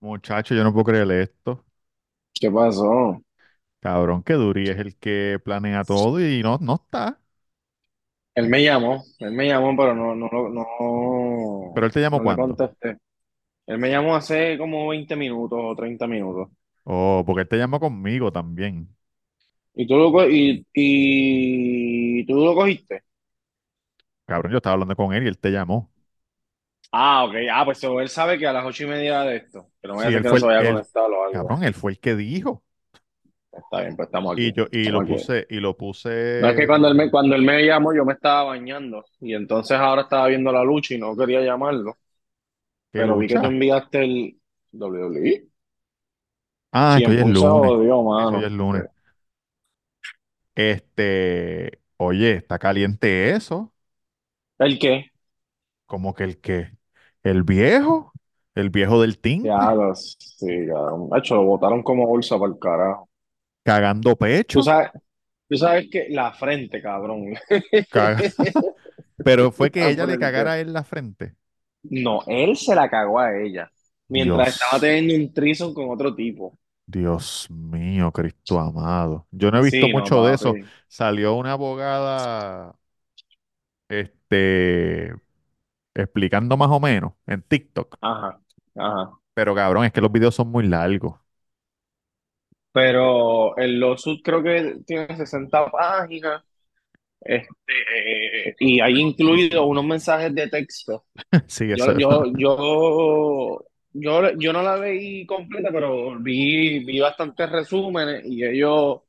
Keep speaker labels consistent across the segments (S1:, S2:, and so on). S1: Muchacho, yo no puedo creerle esto.
S2: ¿Qué pasó?
S1: Cabrón, que Duri es el que planea todo y no, no está.
S2: Él me llamó, él me llamó, pero no, no, no, no,
S1: Pero él te llamó
S2: no le
S1: cuánto.
S2: contesté. Él me llamó hace como 20 minutos o 30 minutos.
S1: Oh, porque él te llamó conmigo también.
S2: ¿Y tú lo, co- y, y tú lo cogiste?
S1: Cabrón, yo estaba hablando con él y él te llamó.
S2: Ah, ok. Ah, pues so, él sabe que a las ocho y media de esto, que no vaya a
S1: Sí,
S2: ser
S1: él
S2: que no
S1: fue
S2: se
S1: el,
S2: vaya
S1: él,
S2: conectado o algo.
S1: cabrón, él fue el que dijo.
S2: Está bien, pues estamos
S1: Y
S2: aquí,
S1: yo, y lo
S2: estamos aquí.
S1: puse, y lo
S2: No es que
S1: puse.
S2: cuando él me, cuando él me llamó yo me estaba bañando y entonces ahora estaba viendo la lucha y no quería llamarlo,
S1: ¿Qué
S2: pero vi que tú
S1: lucha?
S2: enviaste el WWE.
S1: Ah, es que
S2: Cien
S1: hoy es
S2: Punk se
S1: lunes.
S2: jodió,
S1: Eso hoy
S2: mano.
S1: es lunes. Este, oye, está caliente eso.
S2: ¿El qué?
S1: Como que el que, el viejo, el viejo del
S2: Ya,
S1: tinte,
S2: los, sí, cabrón. De hecho, lo botaron como bolsa para el carajo.
S1: cagando
S2: Tú
S1: pecho.
S2: sabes, tú sabes que la frente, cabrón.
S1: caga- Pero fue que
S2: La
S1: ella le
S2: frente.
S1: cagara a él la frente.
S2: No, él se la cagó a ella. Mientras estaba
S1: Dios,
S2: teniendo un trison con otro tipo.
S1: Dios mío, Cristo amado. Yo no he visto
S2: Sí, no,
S1: mucho de eso.
S2: papi.
S1: Salió una abogada, este, explicando más o menos en TikTok.
S2: Ajá, ajá.
S1: Pero cabrón, es que los videos son muy largos.
S2: Pero el lawsuit creo que tiene 60 páginas. Este, eh, y hay incluido unos mensajes de texto.
S1: Sí,
S2: Yo,
S1: eso.
S2: yo, yo, yo, yo no la leí completa, pero vi, vi bastantes resúmenes y ellos,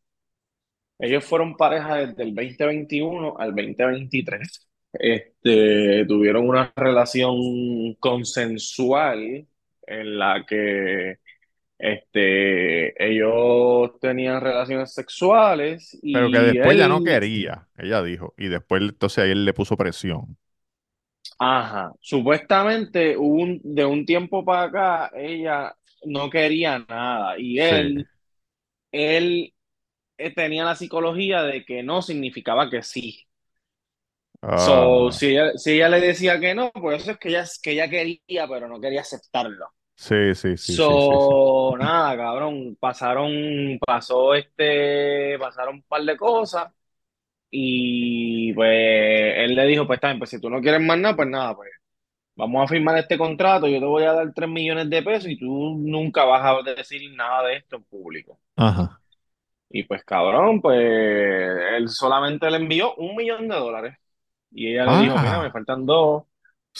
S2: ellos fueron pareja desde el 2021 al 2023. Este, tuvieron una relación consensual en la que este, ellos tenían relaciones sexuales
S1: Pero que
S2: y
S1: después ya no
S2: él,
S1: quería, ella dijo. Y después, entonces ahí él le puso presión.
S2: Ajá, supuestamente hubo un, de un tiempo para acá ella no quería nada y
S1: Sí.
S2: él, él eh, tenía la psicología de que no significaba que sí. So,
S1: Ah,
S2: si ella, si ella le decía que no, pues eso es que ella, que ella quería, pero no quería aceptarlo.
S1: sí, sí, sí, sí, sí, sí.
S2: So, nada, cabrón, pasaron, pasó este, pasaron un par de cosas y pues él le dijo, pues también, pues si tú no quieres más nada, pues nada, pues. Vamos a firmar este contrato, yo te voy a dar 3 millones de pesos y tú nunca vas a decir nada de esto en público.
S1: Ajá.
S2: Y pues cabrón, pues él solamente le envió un millón de dólares. Y ella le dijo, mira, me
S1: Ah,
S2: faltan dos,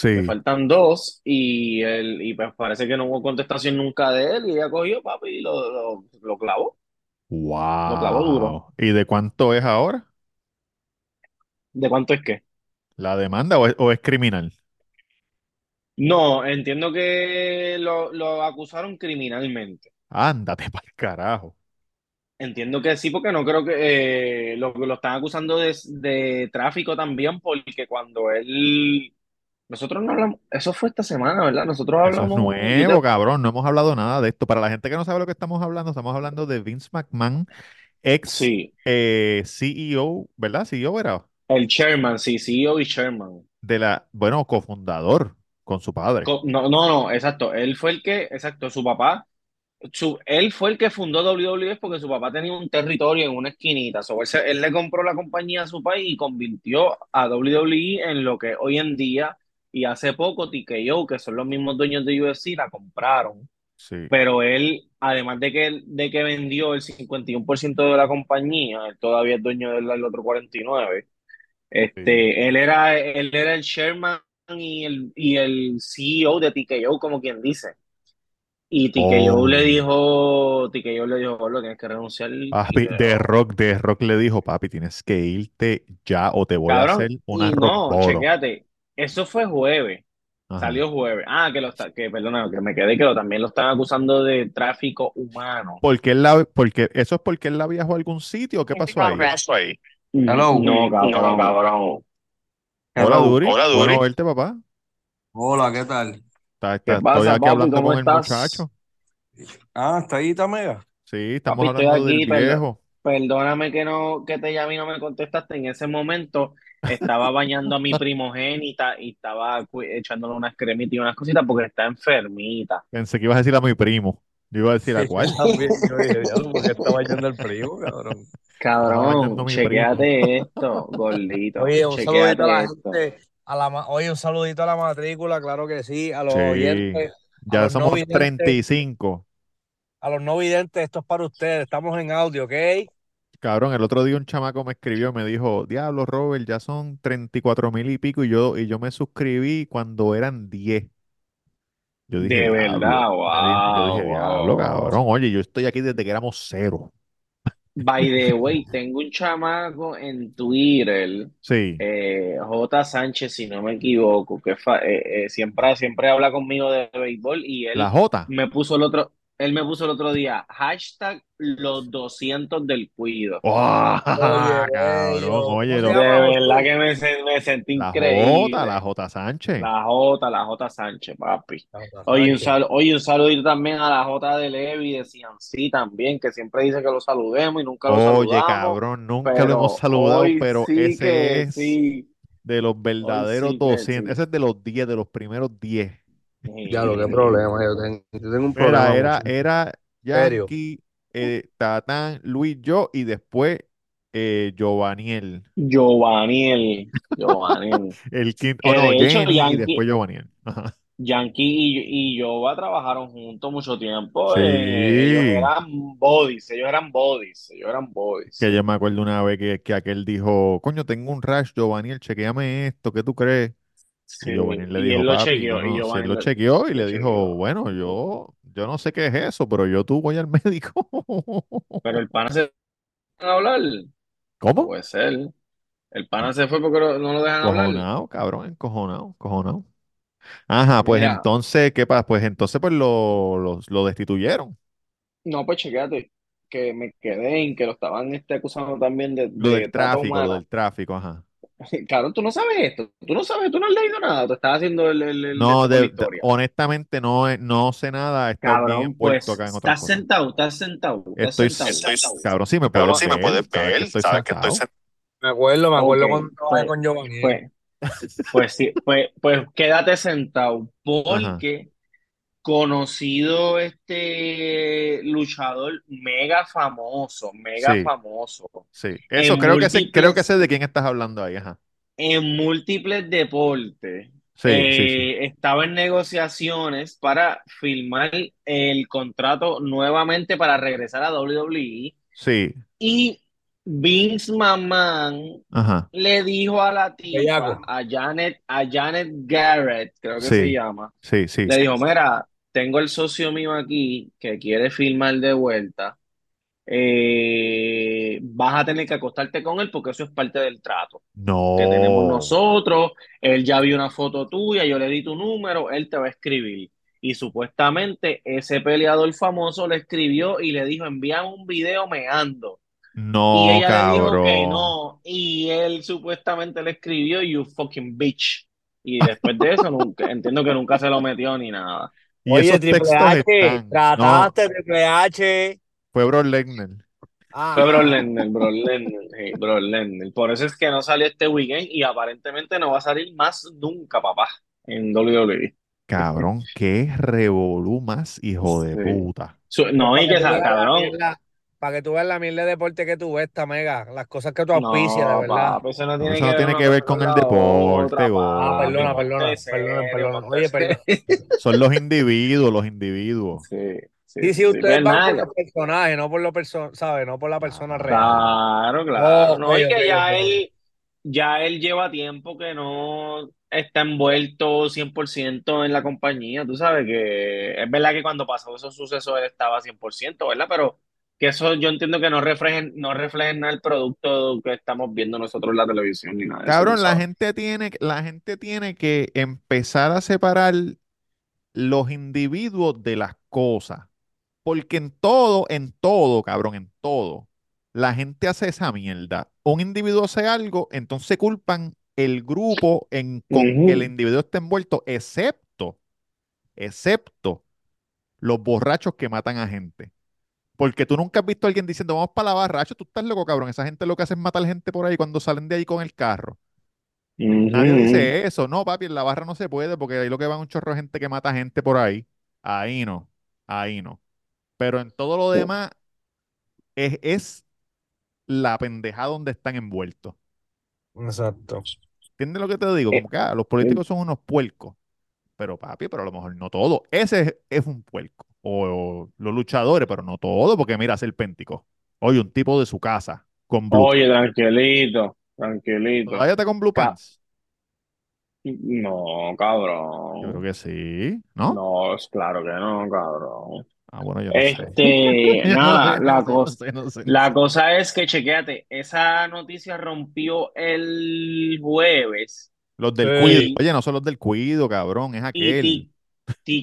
S2: me
S1: sí.
S2: faltan dos. Y él, y pues parece que no hubo contestación nunca de él. Y ella cogió, papi, y lo, lo, lo clavó, lo clavó duro.
S1: Wow. ¿Y de cuánto es ahora?
S2: ¿De cuánto es que?
S1: ¿La demanda o es, o es criminal?
S2: No, entiendo que lo, lo acusaron criminalmente.
S1: Ándate para el carajo.
S2: Entiendo que sí, porque no creo que eh, lo, lo están acusando de, de tráfico también, porque cuando él, nosotros no hablamos, eso fue esta semana, ¿verdad? Nosotros
S1: Eso es
S2: hablamos, yo te,
S1: nuevo, cabrón. No hemos hablado nada de esto. Para la gente que no sabe lo que estamos hablando, estamos hablando de Vince McMahon, ex
S2: sí,
S1: eh, CEO, ¿verdad? CEO era
S2: el chairman, sí, CEO y chairman.
S1: de la, bueno, cofundador con su padre.
S2: Co- No, no, no, exacto, él fue el que, exacto, su papá, su, él fue el que fundó WWE porque su papá tenía un territorio en una esquinita, so, él, se- él le compró la compañía a su país y convirtió a WWE en lo que hoy en día y hace poco TKO, que son los mismos dueños de UFC, la compraron.
S1: Sí.
S2: Pero él, además de que, de que vendió el 51% de la compañía, él todavía es dueño del, del otro 49%.
S1: Sí.
S2: Este, él era, él era el chairman y el, y el CEO de TKO, como quien dice. Y TKO le
S1: Oh.
S2: dijo, TKO le dijo, lo tienes que renunciar y
S1: Papi,
S2: te
S1: The
S2: dejó.
S1: Rock, The Rock le dijo, papi, tienes que irte ya o te voy a hacer
S2: Cabrón,
S1: una
S2: y
S1: rock
S2: no,
S1: bottom.
S2: chequéate, eso fue jueves,
S1: Ajá.
S2: salió jueves. Ah, que lo está, que perdona, que me quedé, que lo, también lo están acusando de tráfico humano.
S1: Porque él la, porque eso es porque él la viajó a algún sitio. ¿Qué pasó
S2: No,
S1: ahí?
S2: brazo ahí. Hello. No,
S1: Hola,
S2: cabrón. No, cabrón.
S1: hola
S2: Hello.
S1: Duri.
S2: Hola,
S1: Bueno
S2: Duri.
S1: verte, papá.
S3: Hola, ¿qué tal?
S1: Ta-
S2: ¿Qué
S1: ta- estoy
S2: pasa,
S1: aquí
S2: papi?
S1: hablando
S2: ¿Cómo
S1: con el
S2: estás?
S1: muchacho.
S3: Ah, ¿está ahí Tamega?
S1: Sí, estamos
S2: Papi, estoy
S1: hablando del
S2: aquí, perdo-
S1: viejo.
S2: perdóname que no, que te llamé y no me contestaste en ese momento. estaba bañando a mi primogénita y estaba cu- echándole unas cremitas y unas cositas porque está enfermita.
S1: Pensé que ibas a decir a mi primo. Yo iba a decir a cuál.
S3: También, yo dije, diablo, ¿por qué está bañando el primo, cabrón?
S1: Estaba
S2: Cabrón,
S1: bañando a mi primo.
S2: chequéate esto, gordito,
S4: Oye, un saludito a
S2: chequéate
S4: la
S2: esto.
S4: gente, a la, ma- oye, un saludito a la matrícula, claro que sí, a los
S1: Sí.
S4: oyentes, a
S1: Ya
S4: los no
S1: somos
S4: videntes.
S1: 35.
S4: a los no videntes, esto es para ustedes, estamos en audio, ¿ok?
S1: Cabrón, el otro día un chamaco me escribió y me dijo, diablo, Robert, ya son 34 mil y pico y yo, y yo me suscribí cuando eran 10. Yo dije,
S2: De
S1: diablo.
S2: verdad,
S1: Me di- yo dije,
S2: wow,
S1: diablo,
S2: wow.
S1: cabrón, oye, yo estoy aquí desde que éramos cero.
S2: By the way, tengo un chamaco en Twitter,
S1: Sí,
S2: eh, J. Sánchez, si no me equivoco, que fa- eh, eh, siempre, siempre habla conmigo de béisbol y él
S1: la J.
S2: me puso el otro, él me puso el otro día, hashtag los 200 del cuido.
S1: ¡Ah,
S4: Oye,
S1: cabrón,
S4: bello.
S1: oye,
S4: ¿Cómo
S1: lo-
S2: De
S4: se llama?
S2: verdad que me, se- me sentí
S1: la
S2: increíble.
S1: J, la J Sánchez.
S2: La J, la J Sánchez, papi. Oye, un saludo, oye, un saludito también a la J de Levi, de Cianci también, que siempre dice que lo saludemos y nunca lo
S1: Oye,
S2: saludamos.
S1: cabrón, nunca lo hemos
S2: Pero
S1: saludado,
S2: hoy
S1: pero
S2: sí
S1: ese
S2: que
S1: es
S2: sí.
S1: de los verdaderos
S2: sí que
S1: 200,
S2: sí.
S1: ese es de los 10, de los primeros 10.
S4: Ya lo que problema, yo tengo, yo tengo un
S1: Era,
S4: problema
S1: era, eh,
S4: mucho.
S1: era
S4: Serio.
S1: Yankee, eh, Tatán, Luis, yo y después eh, Giovaniel.
S2: Giovaniel, Giovaniel.
S1: El quinto,
S2: Que
S1: oh no,
S2: de hecho
S1: Jenny y
S2: Yankee,
S1: después Giovaniel. Ajá.
S2: Yankee y, y Jova trabajaron juntos mucho tiempo. eh, ellos
S1: Sí.
S2: eran bodies, ellos eran bodies, ellos eran bodies.
S1: Que yo me acuerdo una vez que, que aquel dijo, coño, tengo un rash, Giovaniel, chequeame esto, ¿qué tú crees?
S2: Sí,
S1: Y Giovaniel le
S2: y
S1: dijo,
S2: él lo
S1: papi, yo
S2: chequeó, y
S1: no, si él
S2: Giovanni
S1: lo
S2: lo,
S1: chequeó y
S2: lo
S1: le dijo,
S2: chequeó.
S1: bueno, yo, yo no sé qué es eso, pero yo tú voy al médico.
S2: Pero el pana se dejan hablar,
S1: ¿Cómo?
S2: puede ser. El pana se fue porque no no lo dejan hablar.
S1: Encojonado, cabrón, encojonado, encojonado. Ajá, pues
S2: Mira,
S1: entonces, ¿qué pasa? Pues entonces, pues lo, lo, lo destituyeron.
S2: no, pues chequéate, que me quedé en que lo estaban este, acusando también de,
S1: Lo del
S2: de trata
S1: tráfico, lo
S2: humana.
S1: del tráfico, ajá.
S2: Claro, tú no sabes esto, tú no sabes, tú no has leído nada, tú estás haciendo el, el, el de
S1: No,
S2: esto con la
S1: de- de-
S2: historia.
S1: honestamente no, he- no sé nada, he estado bien
S2: Cabrón,
S1: envuelto
S2: pues
S1: acá en otras
S2: estás
S1: cosas.
S2: sentado, estás sentado, estás
S1: Estoy,
S2: sentado.
S1: s- cabrón, sí me
S5: Cabrón,
S1: puedes
S5: sí me
S1: ver,
S5: puedes
S1: sabes que
S5: ver,
S1: estoy
S5: sabes que estoy
S1: sentado.
S4: Me acuerdo, me
S2: Ok,
S4: acuerdo cuando trabajé
S2: pues,
S4: con Giovanni.
S2: pues, pues sí, pues, pues quédate sentado,
S1: Ajá.
S2: porque conocido este luchador mega famoso, mega
S1: Sí,
S2: famoso,
S1: sí. Eso,
S2: en
S1: creo que sé, creo que
S2: múltiples,
S1: sé de quién estás hablando ahí, ajá.
S2: en múltiples deportes.
S1: Sí, sí, sí.
S2: eh, estaba en negociaciones para firmar el contrato nuevamente para regresar a WWE
S1: Sí,
S2: y Vince McMahon
S1: ajá.
S2: le dijo a la tipa,
S4: Bellaco.
S2: a Janet, a Janet Garrett, creo que se
S1: Sí,
S2: llama,
S1: sí, sí.
S2: le dijo, mira, tengo el socio mío aquí que quiere firmar de vuelta, eh, vas a tener que acostarte con él porque eso es parte del trato que tenemos
S1: No.
S2: nosotros, él ya vio una foto tuya, yo le di tu número, él te va a escribir. Y supuestamente ese peleador famoso le escribió y le dijo, envíame un video meando. Y
S1: No,
S2: ella le dijo que
S1: Oh, cabrón.
S2: no, y él supuestamente le escribió, you fucking bitch. Y después de eso, nunca, entiendo que nunca se lo metió ni nada.
S1: Y
S4: Oye,
S1: esos
S4: Triple
S1: textos
S4: H,
S1: están. No,
S4: trataste, Triple H. ah,
S1: fue Brock Lesnar.
S2: Fue Brock
S4: Ajá.
S2: Lesnar, Brock Lesnar, sí, Brock Lesnar. Por eso es que no salió este weekend y aparentemente no va a salir más nunca, papá, en E. WWE.
S1: Cabrón, qué revolú más hijo de
S2: Sí.
S1: puta.
S2: Su- No,
S4: Para
S2: y
S4: que
S2: que
S4: tú
S2: sa-
S4: veas la
S2: cabrón.
S4: mierda, para que tú veas la mierda de deporte que tú ves, esta mega, las cosas que tú auspicias, de
S2: No,
S4: verdad.
S2: papi, eso no
S1: No, eso
S2: tiene que
S1: no
S2: ver
S1: tiene
S2: una
S1: que ver
S2: cosa
S1: con
S2: con
S1: el
S2: la
S1: deporte,
S2: otra,
S4: Ah,
S2: papi.
S4: perdona,
S1: gordo.
S4: perdona,
S2: Ponte
S4: perdona,
S2: serio,
S4: perdona.
S2: ponte
S4: Oye, perdón.
S2: serio.
S1: Son los individuos, los individuos.
S2: Sí, sí,
S4: Sí,
S2: sí,
S4: sí,
S2: sí. Pues
S4: ustedes van por
S2: nada,
S4: los personajes, no por lo perso- ¿sabe? No por la
S2: Ah,
S4: persona real.
S2: claro,
S4: Oh,
S2: claro.
S4: ok,
S2: No, y
S4: ok,
S2: que ya
S4: ok.
S2: él, ya él lleva tiempo que no está envuelto 100% en la compañía. Tú sabes que es verdad que cuando pasó esos sucesos él estaba 100%, ¿verdad? Pero que eso yo entiendo que no reflejen, no reflejen nada el producto que estamos viendo nosotros en la televisión ni nada de eso, tú
S1: Cabrón, la
S2: sabes.
S1: gente tiene, la gente tiene que empezar a separar los individuos de las cosas. Porque en todo, en todo, cabrón, en todo, la gente hace esa mierda. Un individuo hace algo, entonces culpan el grupo en con que el
S2: Ujú.
S1: individuo está envuelto, excepto, excepto los borrachos que matan a gente. Porque tú nunca has visto a alguien diciendo, vamos para la barra, "Acho, tú estás loco, cabrón. Esa gente lo que hace es matar gente por ahí cuando salen de ahí con el carro. Nadie
S2: Ujú.
S1: dice eso. No, papi, en la barra no se puede porque ahí lo que va es un chorro de gente que mata gente por ahí. Ahí no, ahí no. Pero en todo
S2: Oh.
S1: lo demás es, es la pendejada donde están envueltos.
S4: Exacto.
S1: ¿Entiendes lo que te digo?
S2: Eh,
S1: Como que ah, los políticos son unos puercos. Pero papi, pero a lo mejor no todo. Ese es, es un puerco. O, o los luchadores, pero no todo, porque mira, Serpéntico. Oye, un tipo de su casa con blue.
S2: Oye, tranquilito, tranquilito.
S1: ¿Todavía está con blue
S2: Ca-
S1: pants?
S2: No,
S1: Yo creo
S2: cabrón.
S1: que sí, ¿no?
S2: No, es claro que no, cabrón.
S1: Ah, bueno, yo no sé.
S2: Este,
S1: Yo no
S2: nada,
S1: sé, no sé,
S2: la
S1: no
S2: cosa,
S1: sé, no sé, no
S2: la
S1: sé.
S2: cosa es que, chequéate, esa noticia rompió el jueves
S1: Los del
S4: Sí.
S1: cuido.
S2: y,
S1: Oye, no son los del cuido, cabrón, es
S2: y
S1: aquel.
S2: ti-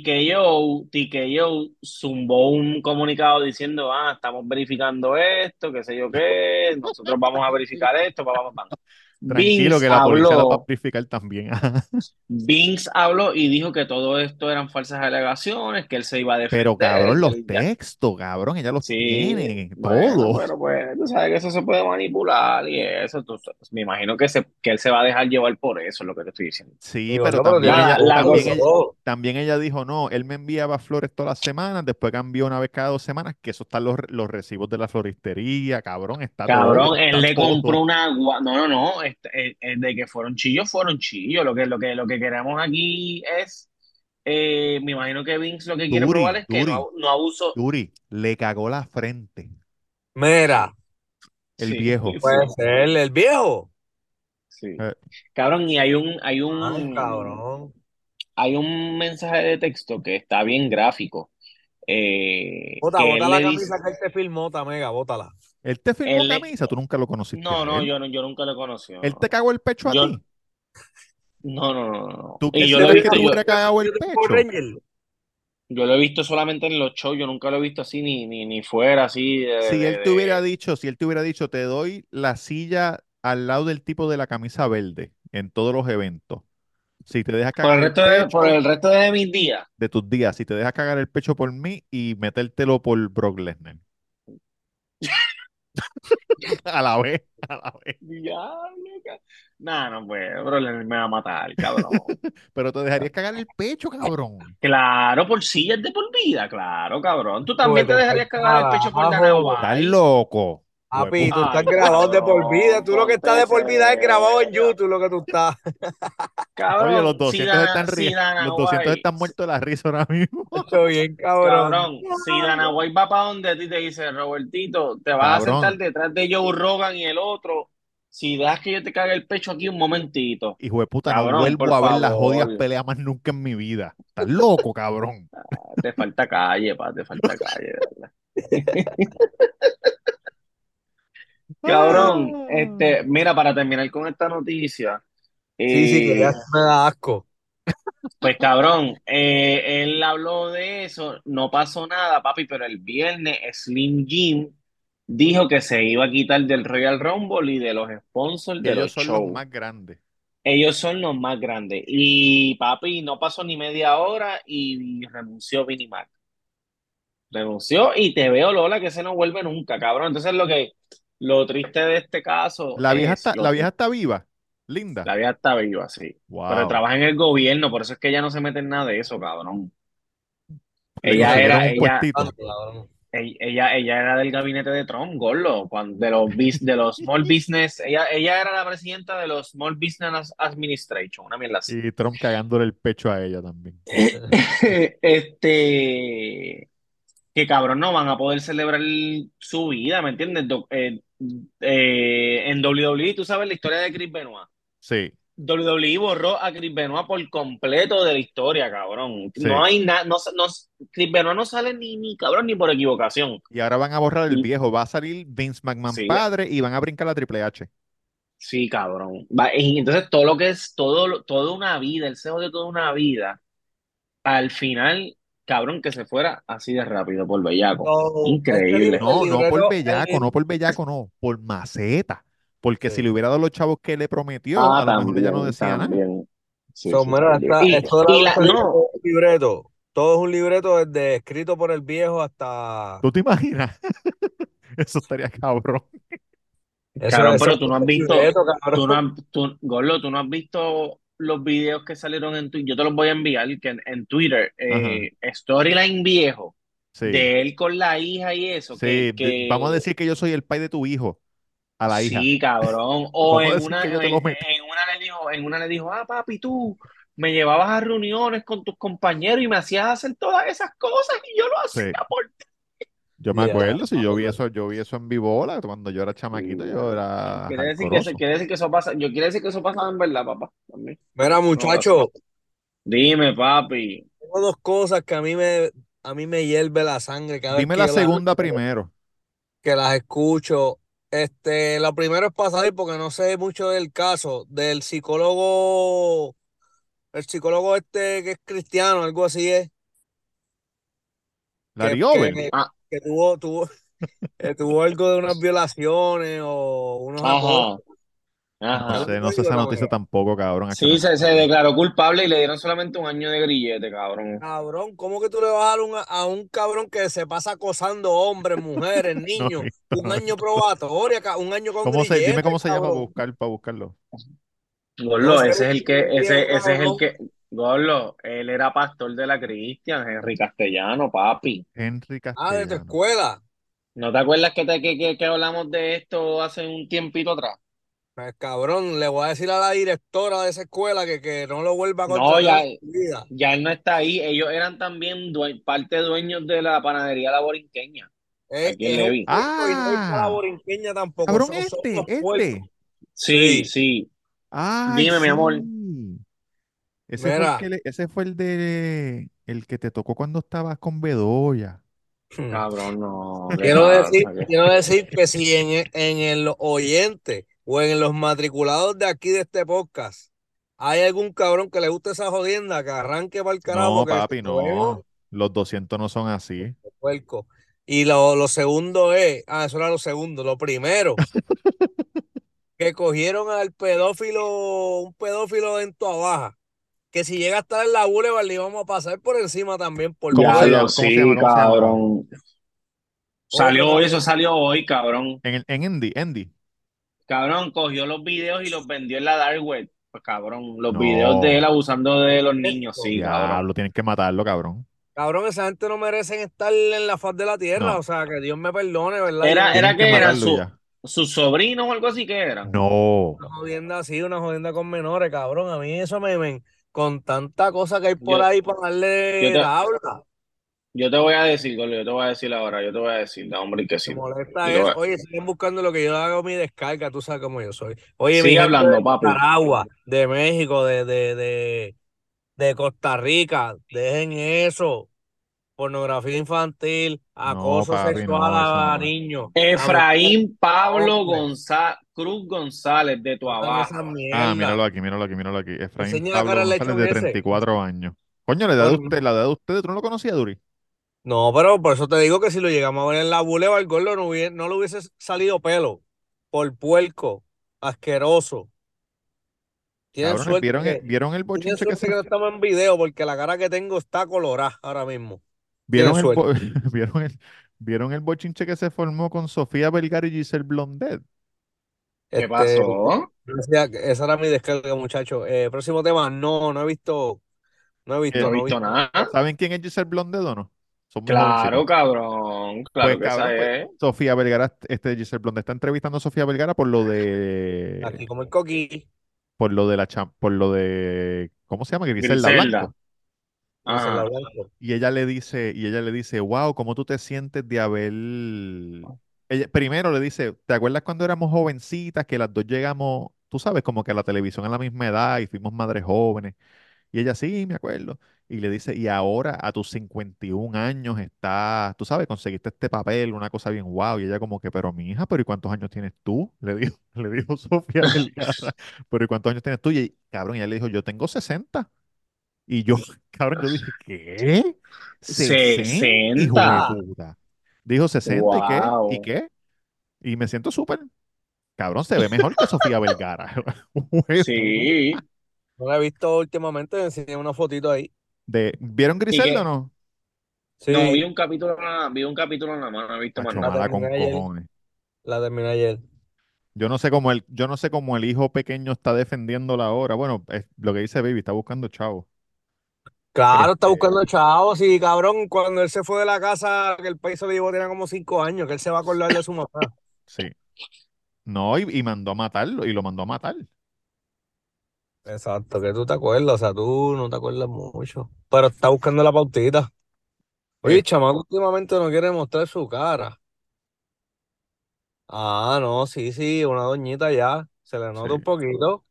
S2: TKO, TKO zumbó un comunicado diciendo, ah, estamos verificando esto, qué sé yo qué, nosotros vamos a verificar esto, pa, pa, pa, pa".
S1: Tranquilo
S2: Vince
S1: que la policía la va a
S2: habló.
S1: verificar también.
S2: Vince habló y dijo que todo esto eran falsas alegaciones, que él se iba a
S1: Pero
S2: defender,
S1: cabrón,
S2: que
S1: los
S2: él ya-
S1: textos, cabrón, ella los
S2: Sí,
S1: tiene,
S2: bueno,
S1: todo.
S2: pero pues tú sabes que eso se puede manipular y eso, tú sa- me imagino que, se, que él se va a dejar llevar por eso, es lo que te estoy diciendo.
S1: Sí,
S4: Digo,
S1: pero
S4: no, pero
S1: también
S4: tiene
S1: ella,
S2: Nada, la
S1: también
S2: cosa,
S1: ella,
S4: corazón.
S1: también ella dijo, no, él me enviaba flores todas las semanas, después cambió una vez cada dos semanas, que eso están los, los recibos de la floristería, cabrón, está todo,
S2: cabrón, él
S1: está
S2: le compró
S1: todo.
S2: una agua, no, no, no, este, eh, eh, de que fueron chillos, fueron chillos, lo que, lo que, lo que queremos aquí es, eh, me imagino que Vince lo que quiere probar
S1: Duri,
S2: es que no,
S1: Duri,
S2: ab- no abuso,
S1: Duri, le cagó la frente,
S4: Mira,
S1: el
S2: sí,
S1: viejo.
S2: sí,
S4: puede ser el viejo.
S2: sí.
S1: Eh,
S2: Cabrón, y hay un, hay
S4: Ay,
S2: un,
S4: cabrón.
S2: hay un mensaje de texto que está bien gráfico, eh,
S4: Bota,
S2: que
S4: bota
S2: él
S4: la
S2: le dice,
S4: camisa que él te firmó, Tamega, bótala.
S1: él te firmó
S2: él le,
S1: camisa, tú nunca lo conociste
S2: no,
S1: a
S2: no,
S1: él.
S2: yo no, yo nunca lo conocí, no,
S1: Él te
S2: no,
S1: cagó el pecho a
S2: yo,
S1: ti.
S2: no, no, no, no,
S1: ¿Tú
S2: y yo
S4: Yo
S2: lo
S4: te
S2: he
S1: quisieras que
S2: visto,
S1: te
S2: yo,
S1: hubiera cagado el
S4: yo te Power
S1: pecho?
S4: Ranger.
S2: yo lo he visto solamente en los shows, yo nunca lo he visto así, ni, ni, ni fuera así, de,
S1: Si
S2: de,
S1: él te hubiera
S2: de-
S1: dicho, si él te hubiera dicho, te doy la silla al lado del tipo de la camisa verde en todos los eventos. Si te dejas
S2: por
S1: cagar
S2: el
S1: el
S2: resto de, por
S1: pecho
S2: el resto de mis días,
S1: de tus días, si te dejas cagar el pecho por mí y metértelo por Brock Lesnar. A la vez, a la vez.
S2: diablo, ca- nah, no, pues, bro, le- me va a matar, cabrón,
S1: Pero te dejarías cagar el pecho, cabrón.
S2: claro, por sillas de por vida, claro, cabrón, tú
S4: Tú
S2: también te
S4: vete pa'l
S2: dejarías cagar el pecho por Dana
S4: carajo.
S1: Estás
S2: White.
S1: loco.
S4: Papi, tú
S1: Hueputa.
S4: estás
S2: Ay,
S4: grabado de por vida.
S2: cabrón,
S4: Tú lo que estás
S2: ponte
S4: de por vida es grabado en
S2: serio.
S4: YouTube, lo que tú estás.
S1: Oye, los
S2: Cabrón, si
S1: 200
S2: Dana,
S1: están
S2: si
S1: rie-
S2: Dana
S1: los 200
S2: White,
S1: están muertos de la risa ahora mismo.
S4: Hecho bien, cabrón.
S2: cabrón, si Dana White va para donde a ti te dice, Robertito, te vas a sentar
S1: Cabrón,
S2: detrás de Joe Rogan y el otro, si dejas que yo te cague el pecho aquí un momentito.
S1: hijo de puta, no
S2: Cabrón,
S1: vuelvo
S2: por
S1: a ver las jodidas
S2: favor,
S1: peleas más nunca en mi vida. Estás loco, cabrón.
S2: te falta calle, pa, te falta calle, de verdad. Cabrón,
S1: Ah.
S2: este, mira, para terminar con esta noticia,
S4: Sí, sí, que ya
S2: eh,
S4: me da asco.
S2: Pues cabrón, eh, él habló de eso, no pasó nada, papi, pero el viernes Slim Jim dijo que se iba a quitar del Royal Rumble y de los sponsors
S1: Que
S2: de
S1: ellos
S2: los
S1: son los
S2: shows.
S1: más grandes.
S2: Ellos son los más grandes. Y papi, no pasó ni media hora y renunció Vinnie Mac. Renunció y te veo, Lola, que se no vuelve nunca, cabrón. Entonces lo que, lo triste de este caso
S1: La vieja
S2: es
S1: está,
S2: lo
S1: la vieja
S2: que
S1: está viva, linda.
S2: la vieja está viva, sí. Pero
S1: Wow.
S2: trabaja en el gobierno, por eso es que ella no se mete en nada de eso, cabrón.
S1: Le
S2: Ella
S1: consiguieron
S2: era,
S1: un
S2: ella,
S4: Ah,
S1: puestito.
S4: Cabrón.
S2: Ell- Ella, ella era del gabinete de Trump, Gorlo, cuan- de los, bis- de los Small Business. Ella, ella era la presidenta de los Small Business Administration, una mierda así.
S1: Y Trump cagándole el pecho a ella también.
S2: Este, que cabrón, no van a poder celebrar su vida, ¿me entiendes? Do- eh, eh, en WWE, tú sabes la historia de Chris Benoit.
S1: Sí,
S2: WWE E borró a Chris Benoit por completo de la historia, cabrón. No
S1: sí.
S2: hay nada, no, no, Chris Benoit no sale ni, ni cabrón ni por equivocación.
S1: Y ahora van a borrar el
S2: Y
S1: viejo. Va a salir Vince McMahon
S2: sí,
S1: padre y van a brincar la Triple H.
S2: Sí, cabrón. Va- y entonces todo lo que es, todo, lo- toda una vida, el CEO de toda una vida, al final, cabrón, que se fuera así de rápido por bellaco.
S4: No, este libro,
S2: Increíble.
S4: el
S1: No, no por
S4: librero, el
S1: bellaco, no
S4: libro.
S1: por bellaco, no. Por maceta. Porque si
S4: Sí.
S1: le hubiera dado los chavos que le prometió,
S2: Ah,
S1: a lo mejor ella no
S2: también,
S1: decía nada.
S2: también. Sí,
S4: So,
S2: sí,
S4: mira,
S2: también.
S4: esta,
S2: Y,
S4: esto de la
S2: y la,
S4: lucha libre
S2: no,
S4: es un libreto. Todo es un libreto desde escrito por el viejo hasta.
S1: ¿Tú te imaginas? Eso estaría cabrón.
S3: Eso-
S2: Cabrón,
S3: eso
S2: pero
S3: es
S2: tú no has
S3: un
S2: visto-
S3: secreto, cabrón.
S2: Tú no has, tú- Gorlo, tú no has visto los videos que salieron en Twitter. Yo te los voy a enviar que en, en Twitter. eh, storyline viejo
S1: Sí,
S2: de él con la hija y eso.
S1: sí,
S2: que,
S1: de-
S2: que-
S1: vamos a decir que yo soy el pai de tu hijo, a la hija.
S2: Sí, cabrón. O
S1: Vamos a
S2: en
S1: decir
S2: una,
S1: que
S2: en,
S1: yo te lo meto.
S2: en una le dijo, en una le dijo, ah, papi, tú me llevabas a reuniones con tus compañeros y me hacías hacer todas esas cosas y yo lo hacía
S1: Sí.
S2: por ti.
S1: Yo me
S3: Ya,
S1: acuerdo, si yo vi
S3: papá.
S1: eso, yo vi eso en Vibola, cuando yo era chamaquito, yo era
S2: Quiere decir que eso,
S1: rencoroso.
S2: quiere decir que eso pasa, yo quiero decir que eso pasa en verdad, papá. También.
S4: Mira, muchacho,
S2: Dime, papi.
S4: tengo dos cosas que a mí me, a mí me hierve la sangre cada vez
S1: Dime
S4: que
S1: la
S4: yo
S1: segunda primero.
S4: que las escucho. Este, lo primero es pasar ahí porque no sé mucho del caso del psicólogo, el psicólogo este que es cristiano, algo así es, que,
S1: Larry Over.
S4: que-
S2: Ah.
S4: que tuvo, tuvo, que tuvo algo de unas violaciones o unos
S2: Ajá.
S4: acosos.
S1: No
S2: Ajá.
S1: sé, no sé esa noticia tampoco, cabrón.
S2: Sí, se, se declaró culpable y le dieron solamente un año de grillete, cabrón.
S4: Cabrón, ¿cómo que tú le vas a dar un- a un cabrón que se pasa acosando hombres, mujeres, niños? Un año probatoria, ca- un año con
S1: ¿Cómo se, dime
S4: grillete,
S1: cómo se llama para
S4: cabrón.
S1: buscar, para buscarlo.
S2: Gorlo,
S4: No sé,
S2: ese es el que, ese,
S4: bien,
S2: ese es el
S4: cabrón.
S2: que, Gorlo, él era pastor de la Cristian, Henry Castellano, papi.
S1: Henry
S4: Ah, de tu
S1: Castellano.
S4: escuela.
S2: ¿No te acuerdas que, te, que, que, que hablamos de esto hace un tiempito atrás?
S4: Pues cabrón, le voy a decir a la directora de esa escuela que, que no lo vuelva a
S2: No,
S4: contratar
S2: ya-
S4: en su vida.
S2: Ya él no está ahí, ellos eran también due- parte dueños de la panadería La Borinqueña,
S4: Es,
S2: aquí en
S4: es un
S2: Levi.
S4: puerco y no es para la
S1: Ah.
S4: borinqueña tampoco.
S1: Cabrón,
S4: son- son
S1: este,
S4: unos
S1: este.
S4: puercos.
S2: Sí,
S4: Sí.
S2: sí.
S1: Ay,
S2: Dime, mi amor.
S1: sí. Ese fue el
S4: Mira.
S1: que le- ese fue el de el que te tocó cuando estabas con Bedoya. Mm.
S2: Cabrón, no. qué
S4: Quiero
S2: barba,
S4: decir,
S2: qué-
S4: quiero decir que si en, en el oyente o en los matriculados de aquí de este podcast hay algún cabrón que le guste esa jodienda, que arranque para el
S1: No,
S4: carajo, que
S1: papi,
S4: se lo beba,
S1: no. Los 200 no son así. ¿eh?
S4: puerco. Y lo, lo segundo es, ah, eso era lo segundo, lo primero, que cogieron al pedófilo, un pedófilo en Tuabaja, que si llega a estar en la Boulevard le íbamos a pasar por encima también por
S1: ¿Cómo
S2: Ya
S1: se
S2: lo
S1: llama?
S4: puerco.
S1: ¿Cómo se llama?
S2: sí,
S1: ¿Cómo se llama?
S2: cabrón. Salió hoy, eso salió hoy, cabrón.
S1: En, el- en Andy, Andy.
S2: Cabrón, cogió los videos y los vendió en la dark web. Pues cabrón, los
S1: No.
S2: videos de él abusando de los niños, sí, cabrón.
S1: Diablo, tienes que matarlo, cabrón.
S4: Cabrón, esa gente no merecen estar en la faz de la tierra.
S1: No.
S4: O sea, que Dios me perdone, ¿verdad?
S2: Era-
S4: Yo no-
S1: Tienes
S2: que
S1: que
S2: era
S1: matarlo
S2: su-
S1: ya.
S2: ¿Sus sobrinos o algo así que eran?
S1: No.
S4: Una jodienda así, una jodienda con menores, cabrón. A mí eso me ven con tanta cosa que hay por
S2: Yo-
S4: ahí para darle
S2: yo te-
S4: la habla.
S2: Yo te voy a decir, Gordo, yo te voy a decir ahora, yo te voy a decir, da hombre que sí.
S4: Me
S2: Yo
S4: molesta
S2: te voy
S4: eso.
S2: a-
S4: Oye, siguen buscando lo que yo hago mi descarga, tú sabes cómo yo soy. Oye, mi
S2: Sigue
S4: gente
S2: hablando,
S4: de
S2: papi.
S4: Nicaragua, de México, de, de, de, de Costa Rica, dejen eso. Pornografía infantil, acoso
S1: papi,
S4: sexual
S1: no, eso
S4: a,
S1: no
S4: a
S1: es.
S4: niños, a mujeres,
S2: Efraín
S4: a
S2: Pablo
S4: hombres.
S2: Gonzá- Cruz González de tu
S4: Hagan esa
S2: abajo.
S1: Ah,
S4: mierda.
S1: míralo aquí, míralo aquí, míralo aquí. Efraín
S4: Enseña la
S1: Pablo
S4: cara al
S1: González
S4: lechón
S1: de
S4: ese.
S1: 34 años. Coño, la edad de
S4: Bueno,
S1: usted, la edad de ustedes, ¿tú no lo conocías, Duri?
S4: No, pero por eso te digo que si lo llegamos a ver en la Boulevard, Gordo, no, hubie- no le hubiese salido pelo. Por puerco, asqueroso. Tienen
S1: Cabrones,
S4: suerte
S1: ¿vieron e- el,
S4: que,
S1: vieron el
S4: tienen
S1: bochinche que
S4: suerte
S1: se
S4: que no estamos en video porque la cara que tengo está colorada ahora mismo. Tienen
S1: vieron el,
S4: suerte.
S1: bo- vieron el vieron el bochinche que se formó con Sofía Vergara y Giselle Blondet?
S2: ¿Qué
S4: Este,
S2: pasó?
S4: gracias, esa era mi descarga, muchacho. Eh, próximo tema, no, no he visto, no he
S1: Eh,
S4: visto,
S2: No he
S4: no he
S2: visto
S4: visto.
S2: nada.
S1: ¿Saben quién es Giselle Blondet o no? Son muy
S2: Claro,
S1: jovencitos.
S2: cabrón,
S1: Pues
S2: claro que
S1: cabrón,
S2: esa
S1: pues
S2: es.
S1: Sofía Vergara, este Giselle Blondet está entrevistando a Sofía Vergara por lo de
S4: Aquí como el coquí,
S1: por lo de la cham- por lo de ¿cómo se llama? Griselda
S2: Griselda.
S1: Blanco.
S4: dice la
S2: Ajá.
S4: blanco.
S1: Y ella le dice, y ella le dice, wow, ¿cómo tú te sientes de haber... Ella, primero le dice, ¿te acuerdas cuando éramos jovencitas que las dos llegamos, tú sabes, como que a la televisión a la misma edad y fuimos madres jóvenes? Y ella, sí, me acuerdo. Y le dice, y ahora a tus 51 años estás, tú sabes, conseguiste este papel, una cosa bien wow. Y ella como que, pero mi hija, pero ¿y cuántos años tienes tú? Le dijo, le dijo Sofía Vergara, pero ¿y cuántos años tienes tú? Y cabrón, y ella le dijo, yo tengo 60. Y yo, cabrón, yo dije, ¿qué? ¿60? Hijo de
S2: 60.
S1: puta. Dijo 60 y qué, y
S2: Wow.
S1: qué. Y me siento súper. Cabrón, se ve mejor que Sofía Vergara. Güey, tú.
S2: Sí.
S4: No la he visto últimamente, enseñé una fotito ahí.
S1: De, ¿vieron
S2: ¿Y
S1: Griselda o
S2: qué?
S1: no?
S2: No, vi
S4: Sí,
S2: un capítulo, nada- vi un capítulo nada más, no he visto más
S1: Macho
S2: nada.
S4: la
S1: mala con
S4: terminé ayer,
S1: cojones.
S4: la terminé ayer.
S1: Yo no sé cómo el, yo no sé cómo el hijo pequeño está defendiéndola ahora. Bueno, es lo que dice Baby, está buscando chavo.
S4: Claro,
S1: Este-
S4: está buscando chavos y cabrón, cuando él se fue de la casa, que el país se lo llevó, tenía como cinco años, que él se va a acordar de su mamá.
S1: Sí. No, y, y mandó a matarlo, y lo mandó a matar.
S4: Exacto, que tú te acuerdas, o sea, tú no te acuerdas mucho, pero está buscando la pautita. Oye,
S1: Sí.
S4: el chamaco últimamente no quiere mostrar su cara. Ah, no, sí, sí, una doñita ya, se le nota
S1: Sí.
S4: un poquito,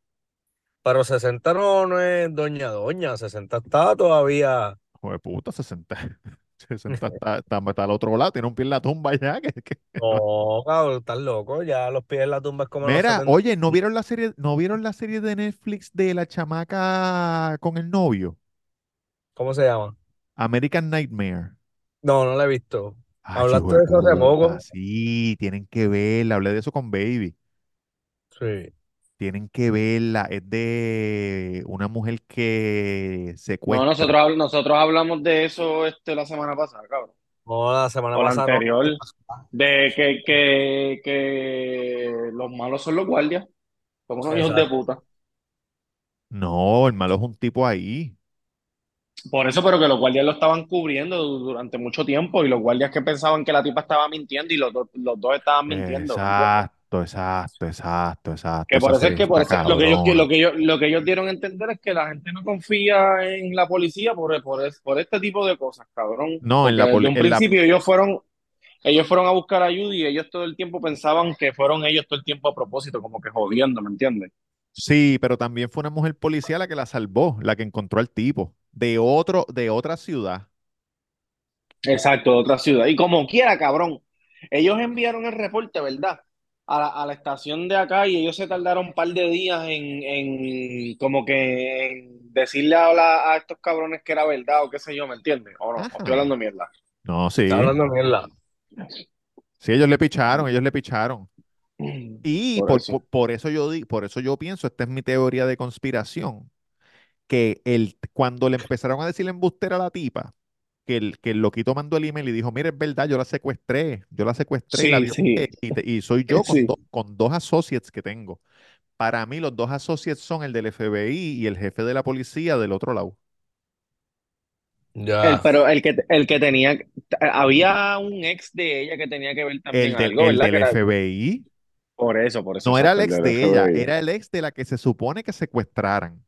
S4: pero 60 no, no es doña doña, 60 está todavía.
S1: Joder, puta, 60. 60 está, está, está al otro lado, tiene un pie en la tumba ya. que- que-
S4: No, cabrón, estás loco, ya los pies en la tumba es como los
S1: Mira,
S4: 70.
S1: oye, ¿no vieron la serie, no vieron la serie de Netflix de la chamaca con el novio?
S4: ¿Cómo se llama?
S1: American Nightmare. Ah,
S4: No, no la he visto.
S1: Ay, hijo
S4: Hablaste
S1: de
S4: de eso hace
S1: puta,
S4: poco.
S1: ah, sí, tienen que verla. Hablé de eso con Baby.
S4: Sí.
S1: Tienen que verla. Es de una mujer que
S2: No, nosotros,
S1: secuestra.
S2: habl- nosotros hablamos de eso este, la semana pasada, cabrón.
S4: No, la semana
S2: O la
S4: pasada no.
S2: anterior. De que, que, que los malos son los guardias. Son unos hijos de
S4: Exacto.
S2: puta.
S1: No, el malo es un tipo ahí.
S2: Por eso, pero que los guardias lo estaban cubriendo du- durante mucho tiempo y los guardias que pensaban que la tipa estaba mintiendo y los, dos- los dos estaban mintiendo, ¿me entiendes?
S1: Exacto, exacto, exacto, exacto.
S2: Que
S1: Esa
S2: por eso es
S1: serie
S2: que por
S1: está
S2: eso, lo que ellos lo
S1: cabrona.
S2: que ellos, lo que ellos dieron a entender es que la gente no confía en la policía por, por, es- por este tipo de cosas, cabrón.
S1: No, en
S2: Porque
S1: la,
S2: desde
S1: poli-
S2: un
S1: en la,
S2: principio ellos fueron, ellos fueron a buscar ayuda y ellos todo el tiempo pensaban que fueron ellos todo el tiempo a propósito, como que jodiendo, ¿me entiendes?
S1: Sí, pero también fue una mujer policía la que la salvó, la que encontró al tipo de otro, de otra ciudad.
S2: Exacto, de otra ciudad. Y como quiera, cabrón. Ellos enviaron el reporte, ¿verdad? A la, a la estación de acá y ellos se tardaron un par de días en, en como que en decirle a, la- a estos cabrones que era verdad o qué sé yo, ¿me entiendes? O no, o estoy
S1: Ajá.
S2: hablando mierda.
S1: No,
S4: Está
S1: sí.
S4: hablando mierda.
S1: Sí, ellos le picharon, ellos le picharon. Y
S2: Por
S1: por,
S2: eso.
S1: por- por eso yo di, por eso yo pienso, esta es mi teoría de conspiración, que el, cuando le empezaron a decir embustera a la tipa, que el, que el loquito mandó el email y dijo, mire, es verdad, yo la secuestré, yo la secuestré y la
S2: Sí,
S1: violé,
S2: sí, Eh,
S1: y, te- y soy yo con,
S2: sí.
S1: do- con dos associates que tengo. Para mí los dos associates son el del FBI y el jefe de la policía del otro lado.
S2: El,
S1: Ah.
S4: Ya.
S2: pero el que, el que tenía, había un ex de ella que tenía que ver
S1: El
S2: también
S1: del,
S2: algo,
S1: el
S2: ¿verdad?
S1: del
S2: Que era
S1: FBI
S2: por eso, por eso,
S1: no era el
S2: exacto, el
S1: ex de
S2: del
S1: ella,
S2: FBI.
S1: era el ex de la que se supone que secuestraran.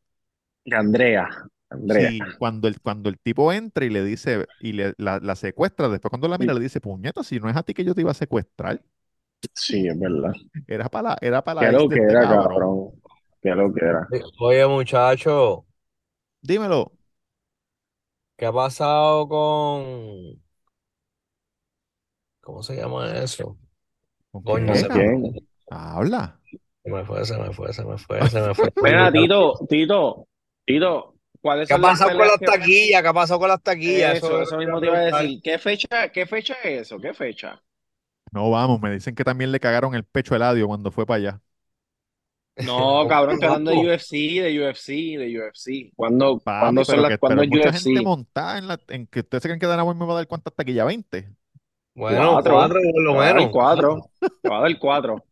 S2: De Andrea, Andrea.
S1: Sí, cuando el, cuando el tipo entra y le dice, y le, la, la secuestra, después cuando la mira le dice, puñeta, si no es a ti que yo te iba a secuestrar,
S2: Sí, es verdad.
S1: era para la, era para
S2: ¿Qué
S1: la ex
S2: lo
S1: de
S2: que
S1: este
S2: era,
S1: cabrón.
S2: cabrón? ¿Qué lo que era?
S4: Oye, muchacho,
S1: Dímelo.
S4: ¿qué ha pasado con... ¿Cómo se llama eso?
S1: ¿Con
S4: Coño,
S1: qué,
S2: ¿Con
S4: se me
S1: cabrón?
S2: quién?
S1: Habla.
S4: se me fue, se me fue, se me fue, se me fue. Se me
S2: Mira,
S4: fue.
S2: Tito, Tito, Tito, ¿cuáles
S4: ¿Qué ha
S2: son las
S4: pasado con
S2: peleas
S4: las
S2: que...
S4: taquillas? ¿Qué ha pasado con las taquillas?
S2: Eso,
S4: Eso es lo
S2: eso
S4: que iba
S2: mismo
S4: a
S2: te iba a
S4: preguntar.
S2: decir. ¿Qué fecha, qué fecha es eso? ¿Qué fecha?
S1: No, vamos, me dicen que también le cagaron el pecho a Eladio cuando fue para allá.
S2: No,
S4: ¿Cómo,
S2: cabrón, estoy hablando de
S4: cómo?
S2: UFC, de UFC, de UFC. ¿Cuándo,
S1: Papi,
S2: cuándo son
S1: pero
S2: las,
S1: que, pero
S2: cuándo
S1: es
S2: es
S1: mucha gente
S2: UFC?
S1: montada en la, en que ustedes se creen que Dana White me va a dar cuántas taquillas, 20.
S4: Bueno,
S2: Cuatro.
S4: cuatro por
S2: Te
S4: lo
S2: va a dar
S4: menos.
S2: cuatro. Te va a dar cuatro.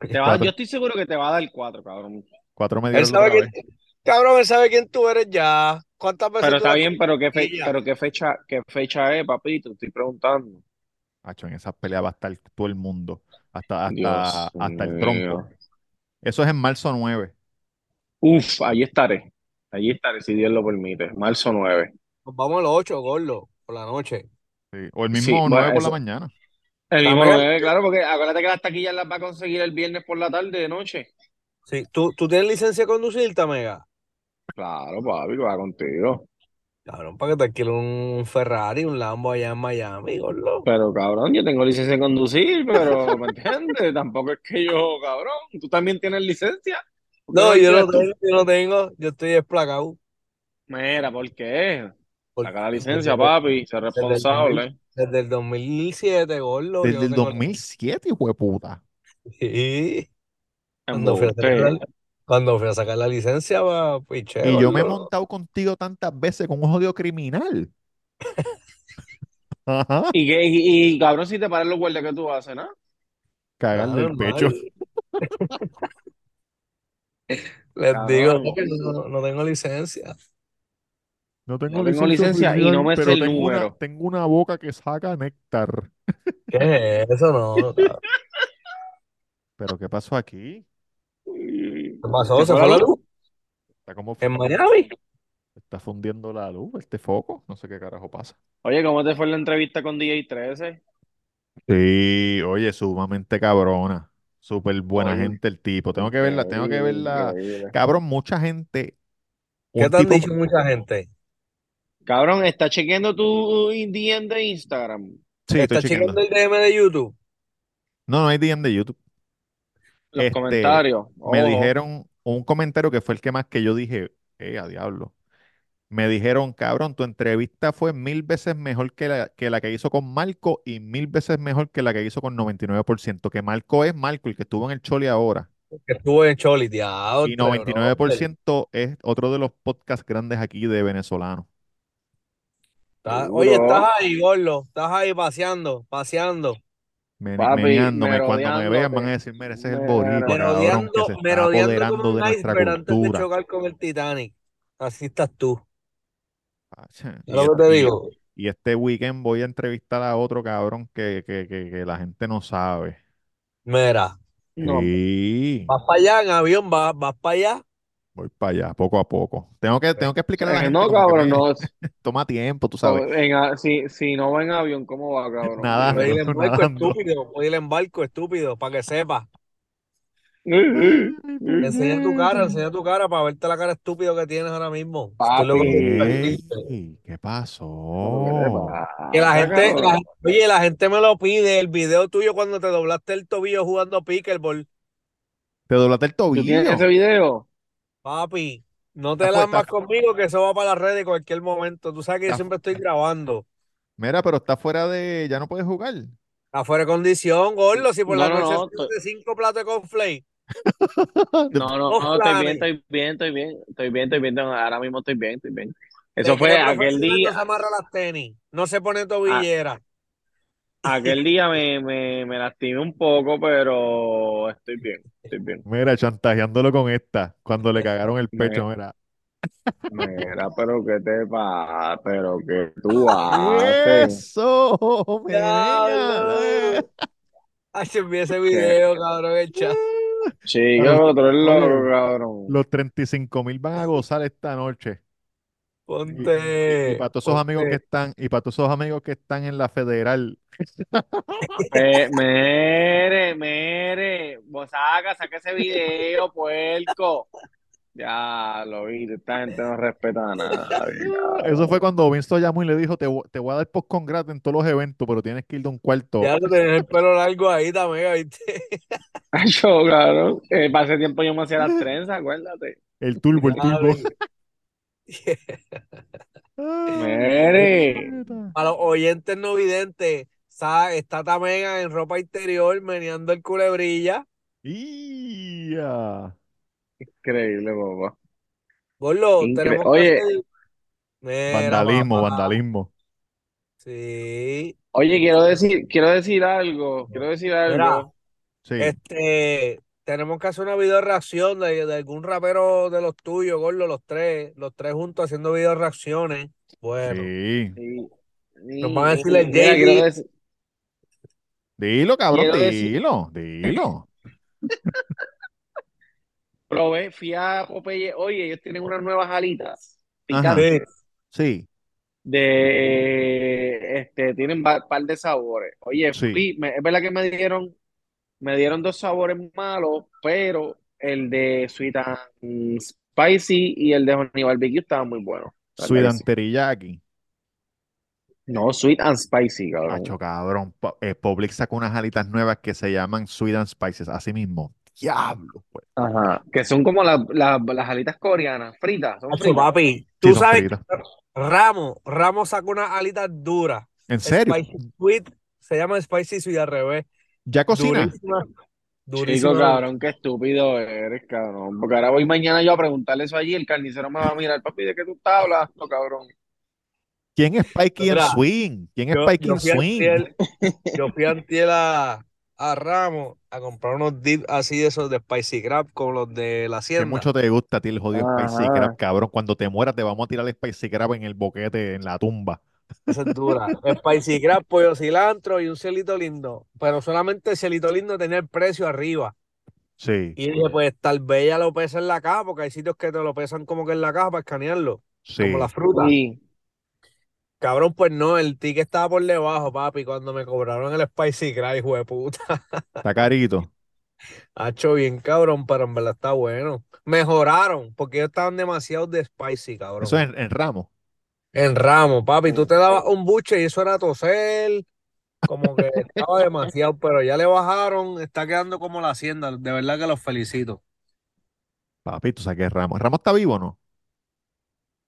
S2: Te va, yo
S4: Cuatro.
S2: estoy seguro que te va a dar cuatro, cabrón.
S1: Cuatro me
S4: Él
S1: dieron la
S4: sabe
S1: otra vez.
S4: quién, cabrón, él sabe quién tú eres ya. ¿Cuántas veces
S2: Pero
S4: tú
S2: está
S4: das con
S2: bien, pero qué fe-
S4: taquilla?
S2: pero qué fecha, qué fecha es, papito, estoy preguntando.
S1: Hacho, en esa pelea va a estar todo el mundo, hasta, hasta,
S2: Dios
S1: hasta el trompo.
S2: mío.
S1: Eso es en marzo 9.
S2: Uf, allí estaré. Allí estaré, si Dios lo permite. Marzo 9.
S4: Nos vamos al 8, gordo, por la noche.
S1: Sí, O el
S2: Sí,
S1: mismo 9 por
S2: bueno,
S1: la
S2: eso.
S1: mañana.
S2: El mismo
S4: Dame,
S2: 9, claro, porque acuérdate que las taquillas las va a conseguir el viernes por la tarde, de noche.
S4: sí, ¿tú, tú tienes licencia de conducir, Tamega?
S2: Claro, papi, va contigo.
S4: Cabrón, para que te alquile un Ferrari, un Lambo allá en Miami, gordo.
S2: Pero cabrón, yo tengo licencia de conducir, pero ¿me entiendes? Tampoco es que yo, cabrón. ¿Tú también tienes licencia? ¿Por qué no
S4: No,
S2: la
S4: yo no
S2: alquilas tú?
S4: tengo, yo no tengo, yo estoy desplacado.
S2: Mira, ¿por qué?
S4: Porque
S2: Saca la licencia,
S4: desde,
S2: papi, sé
S4: desde el 2000,
S2: responsable.
S4: desde el 2007, gordo, yo
S1: Desde
S4: no
S1: el
S4: tengo licencia.
S1: 2007, hijo de puta.
S4: Sí. Cuando fui a
S2: Embuste.
S4: sacar la, cuando fui a sacar la licencia, va, piche,
S1: Y yo me he
S4: gordo.
S1: montado contigo tantas veces con un jodido criminal. Ajá.
S2: ¿Y, qué, y, y, cabrón, si te paran los guardias que tú haces, ¿no?
S1: Cagarle
S4: Nada
S1: el
S4: normal.
S1: pecho.
S4: Les
S2: Cabrón.
S4: digo, no, que no, no tengo licencia.
S1: No tengo
S2: No tengo licencia y
S1: oficial,
S2: no me sé
S1: pero
S2: el
S1: tengo una,
S2: número.
S1: tengo una boca que saca néctar.
S4: ¿Qué es eso? No, cabrón.
S1: ¿Pero qué pasó aquí?
S4: ¿Qué pasó?
S2: ¿Se
S4: ¿Se
S2: fue
S4: fue
S2: la
S4: la luz?
S1: Está como
S4: ¿En Miami?
S1: está fundiendo la luz, este foco. No sé qué carajo pasa.
S2: Oye, ¿cómo te fue la entrevista con DJ 13?
S1: Sí, oye, sumamente cabrona. Súper buena
S2: Oye,
S1: gente el tipo. Tengo que verla, tengo que verla.
S2: Increíble.
S1: Cabrón, mucha gente.
S4: ¿Qué
S1: un
S4: te han
S1: tipo-
S4: dicho mucha gente?
S2: Cabrón, está chequeando tu DM de Instagram.
S1: Sí, estoy
S4: ¿Estás
S1: chequeando.
S4: chequeando el DM de YouTube?
S1: No, no hay DM de YouTube.
S2: Los
S1: Este,
S2: comentarios. Oh,
S1: me
S4: Oh.
S2: Ojo.
S1: dijeron un comentario que fue el que más que yo dije, eh, a diablo. Me dijeron, cabrón, tu entrevista fue mil veces mejor que la, que la que hizo con Marco y mil veces mejor que la que hizo con 99%, que Marco es Marco, el que estuvo en el Chole ahora.
S4: Que estuve en Choli, diablo,
S1: Y 99% es otro de los podcasts grandes aquí de venezolanos.
S4: Está-
S2: Seguro.
S4: Oye, estás ahí, Gorlo. Estás ahí paseando, paseando.
S1: Me,
S2: Papi,
S1: meneándome, cuando me vean
S2: merodeándote.
S1: van a decir, mira, ese es el boricua, cabrón,
S2: Mero-
S1: que
S4: Merodeando,
S1: se está
S4: merodeando como
S1: apoderando
S4: un
S1: de nuestra
S4: iceberg antes de
S1: cultura.
S4: chocar con el Titanic. Así estás tú.
S1: Pacha,
S4: Es
S1: Y,
S4: lo
S1: es-
S4: que te
S1: y-
S4: digo.
S1: y este weekend voy a entrevistar a otro cabrón que, que- que- que la gente no sabe.
S4: Mira,
S2: No, Eh,
S1: Sí.
S4: vas para allá en avión, vas, vas para allá.
S1: Voy para allá, poco a poco. Tengo que, tengo que explicarle a la
S2: eh,
S1: gente
S2: no,
S1: como que
S2: cabrón,
S1: mira,
S2: no.
S1: toma tiempo, tú sabes.
S2: No, en a- si, si no va en avión, ¿cómo va, cabrón?
S4: Puedes ir
S1: Nadando,
S4: en barco,
S1: nadando.
S4: estúpido. Puedes ir en barco, estúpido, para que sepas. Enseña tu cara, enseña tu cara para verte la cara estúpido que tienes ahora mismo. Estoy loco
S2: Papi.
S4: por
S1: Ey,
S4: divertirte.
S1: ¿qué
S2: Pero, ¿qué te
S1: pasó?
S4: Que la
S2: pasa,
S4: gente, la
S2: Ah, cabrón?
S4: gen- oye, la gente me lo pide, el video tuyo cuando te doblaste el tobillo jugando pickleball,
S1: Te doblaste el
S2: ¿Tú tienes ese
S1: tobillo.
S2: video?
S4: papi, no
S2: Ah,
S1: Está
S2: pues
S4: te
S1: fu-
S4: las
S1: está
S4: más
S1: fu-
S4: conmigo que eso va para las redes en cualquier momento. Tú sabes que
S2: Ah,
S4: yo
S1: está fu-
S4: siempre estoy
S2: eh.
S4: grabando.
S1: Mira, pero está fuera de. Ya no puedes jugar.
S4: Afuera de condición, gordo, si por
S2: No,
S4: la
S2: no,
S4: noche
S2: no. estoy-
S4: hiciste cinco platos con flake,
S2: No, no,
S4: dos
S2: no, estoy bien,
S4: flanes.
S2: estoy bien, estoy bien, estoy bien, estoy bien, no, ahora mismo estoy bien, estoy bien. Eso
S4: Te
S2: fue
S4: cree
S2: aquel
S4: profesional, no
S2: día, Ah.
S4: se amarra las tenis, no se pone
S2: a-
S4: tobillera.
S2: aquel día me, me, me lastimé un poco, pero estoy bien, estoy bien.
S1: Mira, chantajeándolo con esta. Cuando le cagaron el
S2: Me-
S1: pecho, mira.
S2: Mira, pero qué te pasa, pero qué tú
S1: Pues,
S2: haces,
S1: ¡Eso! ¡Menea!
S4: ¡Diablo! Ay, se envía ese
S2: que
S4: video, cabrón, el chat.
S2: chico,
S1: A los,
S2: pero tú eres loco,
S1: oye,
S2: cabrón.
S1: los 35 mil van a gozar esta noche. Y,
S4: Ponte,
S1: para todos esos amigos que
S4: ponte.
S1: están, y para todos esos amigos que están en la federal.
S2: Eh, mere, mere, vos saca, saca ese video, puerco. Ya lo vi, esta gente no respeta nada,
S1: Eso fue
S2: cabrón.
S1: cuando Winston llamó y le dijo, te, vo- te voy a dar post con gratis en todos los eventos, pero tienes que ir de un cuarto.
S4: Ya lo tenés el pelo largo ahí también, ¿viste?
S2: Ay, Yo, claro. Eh, para ese tiempo yo me hacía las trenzas, acuérdate.
S1: El turbo, el turbo.
S4: Cabrón.
S1: Ay,
S2: Mere,
S1: puñeta.
S4: Para los oyentes no videntes, sa- está Tamega en ropa interior meneando el culebrilla.
S1: ¡Ya!
S2: increíble, papá.
S4: Gordo,
S2: Incre
S4: tenemos que
S2: oye,
S4: hacer. Mira,
S1: Vandalismo,
S4: papá.
S1: vandalismo.
S4: Sí.
S2: oye, quiero decir, quiero decir algo, quiero decir
S4: Mira,
S2: algo.
S1: Sí.
S4: este. Tenemos que hacer una video reacción de, de algún rapero de los tuyos, Gordo, los tres. Los tres juntos haciendo video reacciones. Bueno,
S1: Sí.
S2: Sí,
S4: nos van a
S2: sí,
S4: decir el
S2: mira, quiero
S4: JD.
S2: decir,
S1: Dilo, cabrón,
S2: quiero decir,
S1: dilo, dilo.
S2: probé, fui a Popeye, oye, ellos tienen unas nuevas alitas
S1: Ajá,
S4: Sí.
S2: picantes.
S1: sí,
S2: De este, tienen un par de sabores. Oye,
S1: sí.
S2: fui, me- es verdad que me dieron Me dieron dos sabores malos, pero el de Sweet and Spicy y el de Honey Barbecue estaban muy buenos, la
S1: Sweet
S2: ¿verdad que
S1: and
S2: sí?
S1: Teriyaki.
S2: No, Sweet and Spicy,
S1: Hacho,
S2: cabrón.
S1: cabrón. Po- eh, Publix sacó unas alitas nuevas que se llaman Sweet and Spices. Así mismo. Diablo, pues.
S2: Ajá. Que son como la- la- las alitas coreanas, fritas, son
S4: Acho,
S2: fritas.
S4: papi,
S1: Sí,
S4: tú
S1: son
S4: sabes que
S1: fritas.
S4: Ramos, Ramos sacó unas alitas duras.
S1: ¿En serio?
S4: Spicy Sweet, se llama Spicy Sweet al revés.
S1: ¿Ya cocina?
S4: Durísima,
S2: Chico,
S4: durísima.
S2: cabrón, qué estúpido eres, cabrón. Porque ahora voy mañana yo a preguntarle eso allí, el carnicero me va a mirar, papi, ¿de qué tú estás hablando, cabrón?
S1: ¿Quién es Pikey and
S4: Mira,
S1: Swing? ¿Quién es
S4: yo,
S1: Pikey
S4: yo
S1: and
S4: fui
S1: Swing?
S4: antier, yo fui antier a, a Ramos a comprar unos dips así de esos de Spicy Crab con los de la
S1: Que
S4: hacienda.
S1: mucho te gusta a ti el jodido Spicy
S2: Ajá.
S1: Crab, cabrón. Cuando te mueras te vamos a tirar el Spicy Crab en el boquete, en la tumba.
S4: Esa es dura. Spicy Crab, pollo cilantro y un cielito lindo. Pero solamente el cielito lindo tenía el precio arriba.
S1: Sí,
S4: Y dije, pues tal vez ya lo pesa en la caja, porque hay sitios que te lo pesan como que en la caja para escanearlo,
S1: sí.
S4: como la fruta.
S2: Sí.
S4: Cabrón, pues no, el ticket estaba por debajo, papi, cuando me cobraron el Spicy Crab, hijo de puta.
S1: Está carito.
S4: Hacho Ah, bien, cabrón, pero en verdad está bueno. Mejoraron, porque ellos estaban demasiado de spicy, cabrón.
S1: Eso es en, en Ramos.
S4: En ramo, papi, tú te dabas un buche y eso era toser, como que estaba demasiado, pero ya le bajaron, está quedando como la hacienda, de verdad que los felicito.
S1: Papi, tú sabes que es Ramos. ¿Ramos está vivo o no?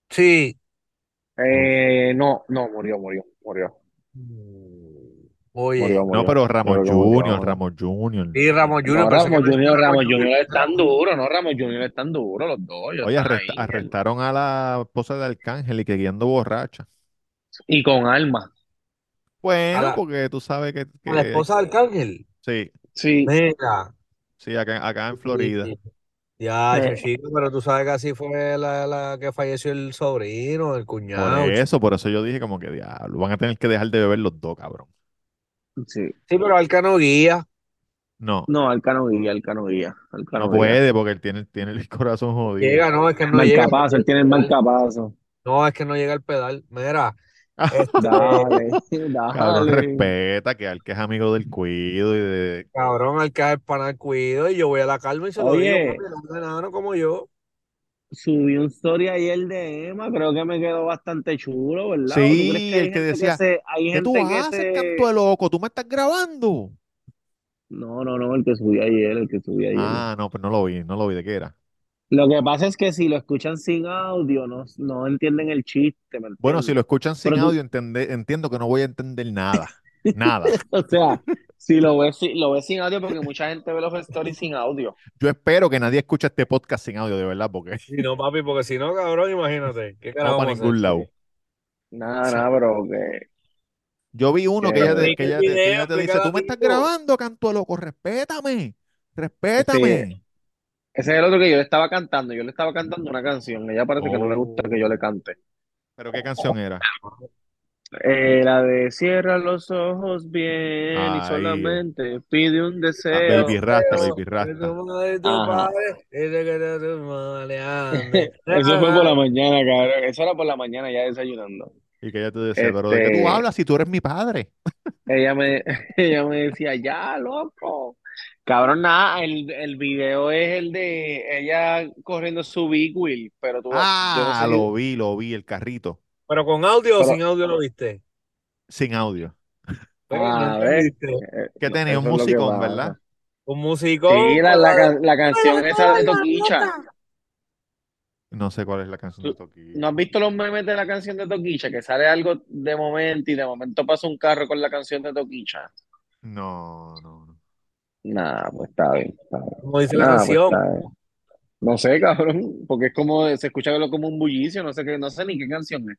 S4: Sí,
S2: Eh, no, no, murió, murió, murió.
S4: oye,
S2: Murió,
S1: No,
S2: murió.
S1: pero Ramos
S2: Pero como
S1: Junior,
S2: que-
S1: Ramos Junior.
S4: y Ramos
S2: No,
S4: Junior, pensé
S2: Ramos
S4: que-
S2: Junior, Ramos Junior es tan duro, no, Ramos Junior es tan duro, los dos. ellos
S1: Oye,
S2: están
S1: arresta-
S2: ahí, el-
S1: arrestaron a la esposa de Arcángel y que guiando borracha.
S2: y con alma.
S1: Bueno,
S4: A la-
S1: porque tú sabes que,
S4: a la
S1: que-
S4: esposa de Arcángel.
S1: sí,
S2: Sí,
S4: Mira,
S1: sí, acá, acá en Florida.
S4: sí. Ya,
S2: Eh.
S4: chico, pero tú sabes que así fue la, la que falleció el sobrino, el cuñado.
S1: Por eso, por eso yo dije como que diablo, van a tener que dejar de beber los dos, cabrón.
S2: sí.
S4: Sí, pero Arca no guía.
S1: No,
S2: No, Alcano Guía, Alcano Guía, Alcano
S1: no
S2: Guía.
S1: puede porque él tiene, tiene el corazón jodido.
S4: Llega, no, es que no llega.
S2: Marcapaso, él tiene el marcapaso.
S4: No, es que no llega el pedal. Mira, este,
S2: Dale,
S1: Cabrón,
S2: dale.
S1: respeta que al que es amigo del cuido y de...
S4: cabrón, al que es el panal cuido y yo voy a la calma y se lo digo,
S2: Oye.
S4: papi, no me enano como yo.
S2: Subí un story ayer de Emma, creo que me quedó bastante chulo, ¿verdad? ¿O
S1: Sí,
S2: tú crees que
S1: el
S2: hay
S1: que
S2: gente
S1: decía,
S2: se, hay
S1: ¿Qué
S2: gente
S1: tú
S2: que
S1: haces,
S2: se-
S1: canto de loco? ¿Tú me estás grabando?
S2: No, no, no, el que subí ayer, el que subí ayer.
S1: Ah, no, pues no lo vi, no lo vi de qué era.
S2: Lo que pasa es que si lo escuchan sin audio, no, no entienden el chiste, ¿me
S1: Bueno, si lo
S2: entiendes?
S1: escuchan sin
S2: Pero tú-
S1: audio, entende- entiendo que no voy a entender nada. Nada.
S2: O sea, si lo ves, si- lo ves sin audio, porque mucha gente ve los stories sin audio.
S1: Yo espero que nadie escuche este podcast sin audio, de verdad, porque
S4: Y no, papi, porque si no, cabrón, imagínate. ¿Qué
S1: no
S4: carajo
S1: para
S4: vamos a hacer?
S1: ningún lado.
S2: Nada, nada, pero que...
S1: Yo vi uno que
S2: Pero
S1: ella te,
S4: explica
S1: que
S4: el
S1: ella te- que
S4: video,
S1: ella te
S4: explica
S1: dice,
S4: la
S1: tú me estás
S4: video".
S1: grabando, canto de loco, respétame,
S2: Este,
S1: respétame.
S2: Ese es el otro que yo le estaba cantando, yo le estaba cantando una canción, ella parece que no le
S1: Oh.
S2: gusta que yo le cante.
S1: Pero ¿qué canción era?
S2: Eh, la de cierra los ojos bien
S1: Ahí.
S2: y solamente pide un
S1: Ah,
S2: deseo.
S1: Baby Rasta,
S4: Pero,
S1: Baby
S4: que tu
S1: Rasta.
S4: madre y tu
S2: Ajá.
S4: padre, dice que te- tu madre ande.
S2: Eso
S4: Ah.
S2: fue por la mañana, cabrón. Eso era por la mañana ya desayunando.
S1: Y que ella te decía, pero ¿de qué tú
S2: Este-
S1: hablas si tú eres mi padre?
S2: Ella me, ella me decía, ya, loco. Cabrón, nada, el, el video es el de ella corriendo su Big Wheel, pero tú, yo no
S1: Ah,
S2: sé si-
S1: lo vi, lo vi, el carrito.
S4: Pero con audio o
S2: Pero-
S4: sin audio lo viste.
S1: Sin audio.
S4: Ven, no
S2: Ah,
S4: entendiste.
S2: eh,
S1: Que
S2: no,
S1: tenía un
S2: eso es lo que
S1: musicón,
S2: pasa.
S1: ¿verdad?
S4: Un musicón.
S2: Sí, la,
S4: con
S2: la
S4: la-
S2: can- la canción esa de Toquicha.
S1: No sé cuál es la canción de
S2: Tú-
S1: Toki.
S2: ¿No has visto los memes de la canción de Toquicha? Que sale algo de momento y de momento pasa un carro con la canción de Toquicha.
S1: No, no, no.
S2: Nada, pues está bien. está bien.
S4: Como dice la
S2: Nada, pues,
S4: canción.
S2: está bien. No sé, cabrón, porque es como, se escucha como un bullicio, no sé qué, no sé ni qué canción es.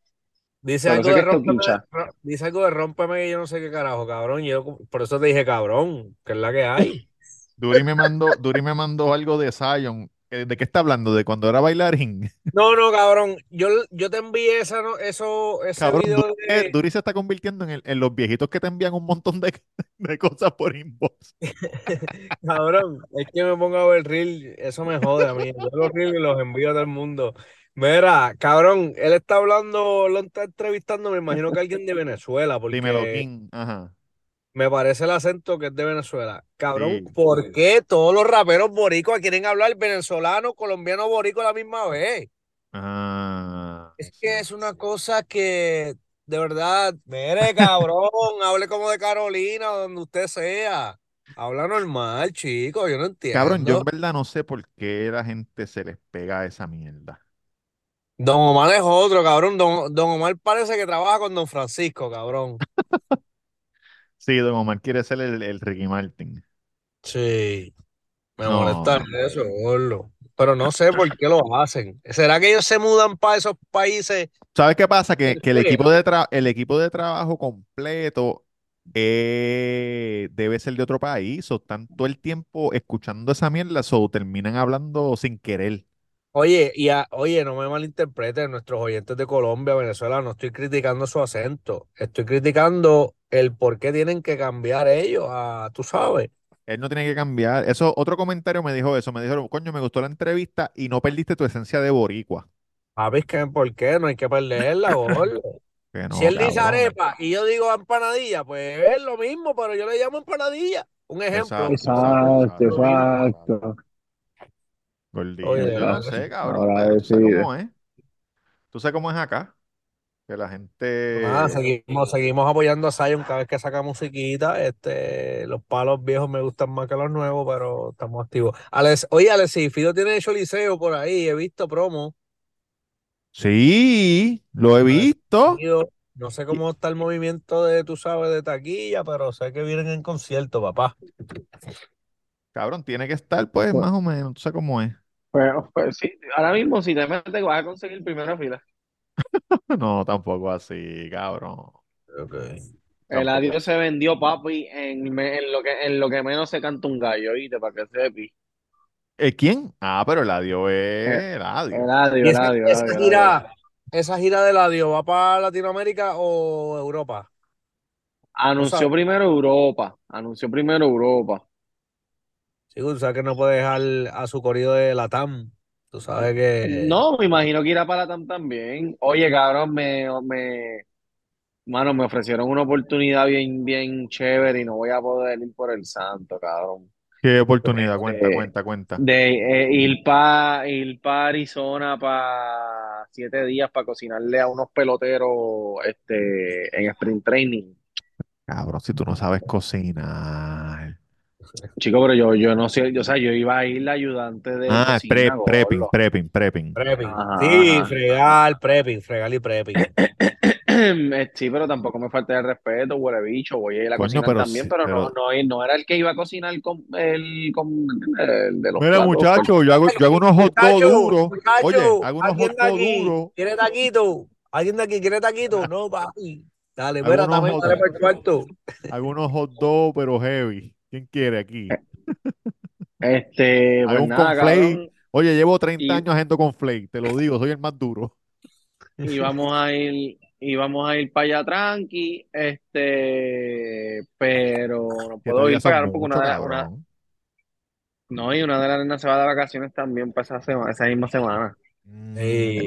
S4: Dice
S2: Pero
S4: algo
S2: sé
S4: de
S2: que es
S4: rómpeme,
S2: toquicha.
S4: ro- dice algo de rómpeme y yo no sé qué carajo, cabrón. Yo como- por eso te dije, cabrón, que es la que hay.
S1: Duri me mandó, Duri me mandó algo de Zion. Eh, ¿De qué está hablando? ¿De cuando era bailarín?
S4: No, no, cabrón. Yo, yo te envié esa, no- eso, ese
S1: Cabrón,
S4: video
S1: Duri,
S4: de-
S1: eh, Duri se está convirtiendo en, el- en los viejitos que te envían un montón de, de cosas por inbox.
S4: Cabrón, es que me pongo a ver reel, eso me jode a mí. Yo los reels los envío a todo el mundo. Mira, cabrón, él está hablando, lo está entrevistando, me imagino que alguien de Venezuela,
S1: Dímelo,
S4: porque
S1: King. Ajá.
S4: me parece el acento que es de Venezuela. Cabrón,
S1: Sí.
S4: ¿por qué todos los raperos boricuas quieren hablar venezolano, colombiano, boricua a la misma vez?
S1: Ah,
S4: Es
S1: sí.
S4: que es una cosa que, de verdad, mire, cabrón, hable como de Carolina, o donde usted sea. Habla normal, chico, yo no entiendo.
S1: Cabrón, yo en verdad no sé por qué la gente se les pega a esa mierda.
S4: Don Omar es otro, cabrón. Don, don Omar parece que trabaja con Don Francisco, cabrón.
S1: Sí, Don Omar quiere ser el, el Ricky Martin.
S4: Sí. Me
S1: No.
S4: molesta eso, gordo. Pero no sé por qué lo hacen. ¿Será que ellos se mudan para esos países?
S1: ¿Sabes qué pasa? Que,
S4: ¿Por
S1: que el
S4: qué?
S1: equipo de tra- el equipo de trabajo completo eh, debe ser de otro país, o están todo el tiempo escuchando esa mierda, o terminan hablando sin querer.
S4: Oye, y a- oye, no me malinterpreten nuestros oyentes de Colombia, Venezuela, no estoy criticando su acento, estoy criticando el por qué tienen que cambiar ellos a, tú sabes.
S1: Él no tiene que cambiar. Eso, otro comentario me dijo eso, me dijeron, coño, me gustó la entrevista y no perdiste tu esencia de boricua.
S4: ¿Sabes qué? ¿Por qué? No hay que perderla, gordo.
S1: Que no,
S4: Si él dice
S1: cabrón.
S4: arepa y yo digo empanadilla, pues es lo mismo, pero yo le llamo empanadilla. Un ejemplo.
S1: Exacto.
S2: Exacto, exacto.
S1: Gordillo,
S4: Oye,
S1: yo no
S4: ahora-
S1: sé, cabrón.
S2: ahora
S1: pero tú sabes
S2: decide.
S1: cómo es. Tú sabes cómo es acá. Que la gente.
S4: Nada, seguimos, seguimos apoyando a Zion cada vez que saca musiquita. Este, los palos viejos me gustan más que los nuevos, pero estamos activos. Alex, oye, Alexis, Fido tiene hecho liceo por ahí, he visto promo.
S1: Sí, lo he visto.
S4: Fido, No sé cómo está el movimiento de, tú sabes, de taquilla, pero sé que vienen en concierto, papá.
S1: Cabrón, tiene que estar, pues,
S2: Bueno.
S1: más o menos. Tú sabes cómo es.
S2: Pero, pues sí, ahora mismo si te metes vas a conseguir primera fila.
S1: No, tampoco así, cabrón.
S2: El
S1: Tampoco.
S2: adiós se vendió, papi, en, me- en lo que, en lo que menos se canta un gallo, ¿viste? Para que sepi.
S1: ¿Eh, ¿Quién? Ah, pero Eladio
S2: Eh,
S1: es Eladio.
S2: El adiós,
S4: ¿Y
S2: el
S4: esa,
S2: adiós, el adiós,
S4: esa
S2: el adiós.
S4: gira, esa gira de Ladio va para Latinoamérica o Europa?
S2: Anunció
S4: sabes.
S2: primero Europa, anunció primero Europa.
S4: Sí, tú sabes que no puede dejar a su corrido de Latam. Tú sabes que.
S1: Eh,
S2: No, me imagino que irá para Latam también. Oye, cabrón, me, me, mano, me ofrecieron una oportunidad bien, bien chévere y no voy a poder ir por el santo, cabrón.
S1: Qué oportunidad, cuenta,
S2: Eh,
S1: cuenta, cuenta.
S2: de eh, ir para ir pa Arizona para siete días para cocinarle a unos peloteros este, en sprint training.
S1: Cabrón, si tú no sabes cocinar.
S2: Chico, pero yo, yo no sé, yo, o sea, yo iba a ir la ayudante de
S1: Ah, es
S2: cocina,
S1: pre- prepping,
S2: gordo.
S1: prepping, prepping.
S4: Prepping.
S2: Ajá,
S4: Sí,
S2: ajá.
S4: fregar, prepping, fregar y prepping.
S2: Eh, Sí, pero tampoco me falta el respeto, huele bicho, voy a ir a
S1: Coño,
S2: cocinar
S1: pero
S2: también,
S1: sí,
S2: pero no,
S1: pero.
S2: no, no era el que iba a cocinar con el, con el de los
S1: Mira,
S2: platos.
S1: muchacho, yo hago, yo hago unos hot dog
S4: Muchacho,
S1: duros. Oye,
S4: muchacho,
S1: hago unos hot
S4: ¿alguien de
S1: dog
S4: aquí
S1: duros.
S4: quiere taquito? ¿Alguien de aquí quiere taquito? No, papi. Dale,
S1: Hago
S4: espera,
S1: unos
S4: también
S1: hot,
S4: dale para el cuarto.
S1: hago unos hot dog, pero heavy. ¿Quién quiere aquí?
S2: Este,
S1: Hago
S2: pues
S1: un
S2: nada,
S1: conflate.
S2: cabrón,
S1: Oye, llevo 30
S2: y,
S1: años haciendo conflate, te lo digo, soy el más duro.
S2: y vamos a ir, y vamos a ir para allá tranqui, este, pero no
S1: Siete
S2: puedo
S1: días
S2: ir
S1: son
S2: pegar porque una
S1: mucho,
S2: de la- una,
S1: cabrón.
S2: no, y una de las nenas se va de vacaciones también para esa sema- esa misma semana.
S4: Sí.
S1: Mm.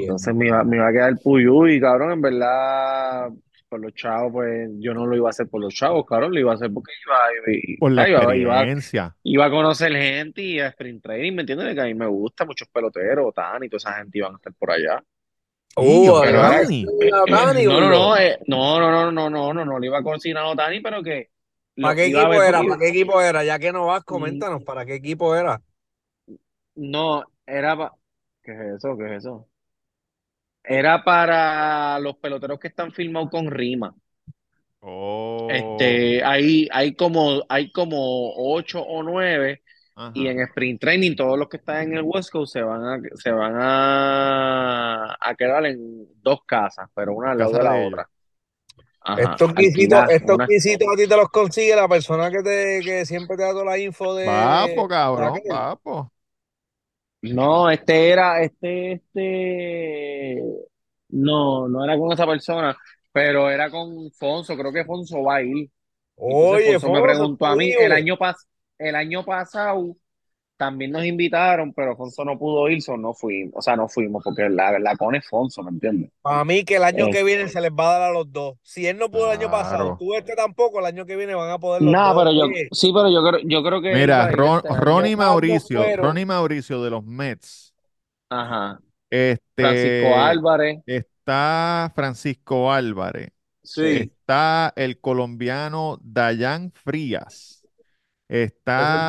S2: Entonces me iba, me iba a quedar puyuy, cabrón, en verdad, por los chavos, pues yo no lo iba a hacer por los chavos, cabrón, lo iba a hacer porque iba, iba,
S1: Por la
S2: ah, iba, iba-
S1: experiencia.
S2: iba a conocer gente y a sprint training, ¿me entiendes? Que a mí me gusta, muchos peloteros, Tani, toda esa gente iban a estar por allá.
S1: Y
S4: Uh,
S2: Pero
S4: además,
S2: era,
S1: Otani.
S4: Otani,
S2: no, no, no,
S4: gordo.
S2: eh, no, no, no, no, no, no, no, le iba a cocinar a Tani, pero que
S4: ¿Para
S2: lo
S4: qué
S2: iba a
S4: equipo
S2: ver
S4: era?
S2: porque
S4: ¿Para qué equipo era? Ya que no vas,
S2: mm,
S4: coméntanos, ¿para qué equipo era?
S2: no, era pa- ¿qué es eso? ¿Qué es eso? Era para los peloteros que están filmados con rima.
S1: Oh,
S2: Este, hay, hay como, hay como ocho o nueve, y
S1: ajá.
S2: en sprint training todos los que están en el West Coast se van a, se van a, a quedar en dos casas, pero una al lado
S1: Casa
S2: de la
S1: de ellos.
S2: otra. Ajá,
S4: Estos quisitos,
S2: alquilar
S4: estos
S2: una.
S4: quisitos a ti te los consigue la persona que te, que siempre te da toda la info
S1: Papo,
S4: de, de
S1: cabrón,
S4: aquel.
S1: papo.
S2: No, este era, este, este, no, no era con esa persona, pero era con Fonso, creo que Fonso va a ir. Entonces
S4: Oye,
S2: Fonso me
S4: Fonso,
S2: preguntó a mí, el
S4: activo.
S2: año pas, el año pasado también nos invitaron, pero Fonso no pudo ir, so no fuimos, o sea, no fuimos, porque la, la con es Fonso, ¿me entiendes?
S4: Para mí que el año
S2: Eh,
S4: que viene se les va a dar a los dos. Si él no pudo el año pasado,
S1: Claro.
S4: tú este tampoco, el año que viene van a poder los
S2: Nada,
S4: dos.
S2: pero yo,
S4: Oye,
S2: sí, pero yo creo, yo creo que él
S1: Mira,
S2: va a ir
S1: Ron,
S2: este año.
S1: Ronnie
S4: ambos
S1: Mauricio,
S4: fueron.
S1: Ronnie Mauricio de los Mets.
S2: Ajá. Francisco
S1: Este
S2: Álvarez.
S1: está Francisco Álvarez.
S2: Sí.
S1: Está el colombiano Dayan Frías.
S4: Ese es
S2: Ah.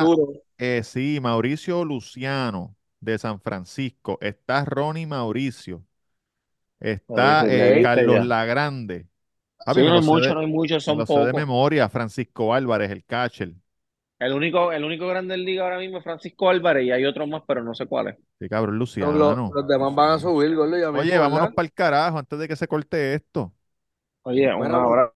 S1: Está,
S4: duro.
S1: eh, sí, Mauricio Luciano de San Francisco. Está Ronnie Mauricio. Está
S2: Mauricio,
S1: eh,
S2: leíste
S1: Carlos
S2: ya.
S1: Lagrande.
S2: Sí,
S1: Papi, me
S2: no hay
S1: lo sé
S2: mucho,
S1: de,
S2: no hay mucho,
S1: me
S2: son
S1: lo sé de
S2: pocos.
S1: memoria. Francisco Álvarez, el catcher.
S2: El único, el único grande en liga ahora mismo es Francisco Álvarez y hay otro más, pero no sé cuál es.
S1: Sí, cabrón,
S4: Los, los-
S1: Luciano.
S4: los demás van a subir, gordo, ya
S1: Oye,
S4: mismo,
S1: vámonos
S4: ¿verdad?
S1: para el carajo antes de que se corte esto.
S2: Oye,
S4: Mira,
S2: una hora.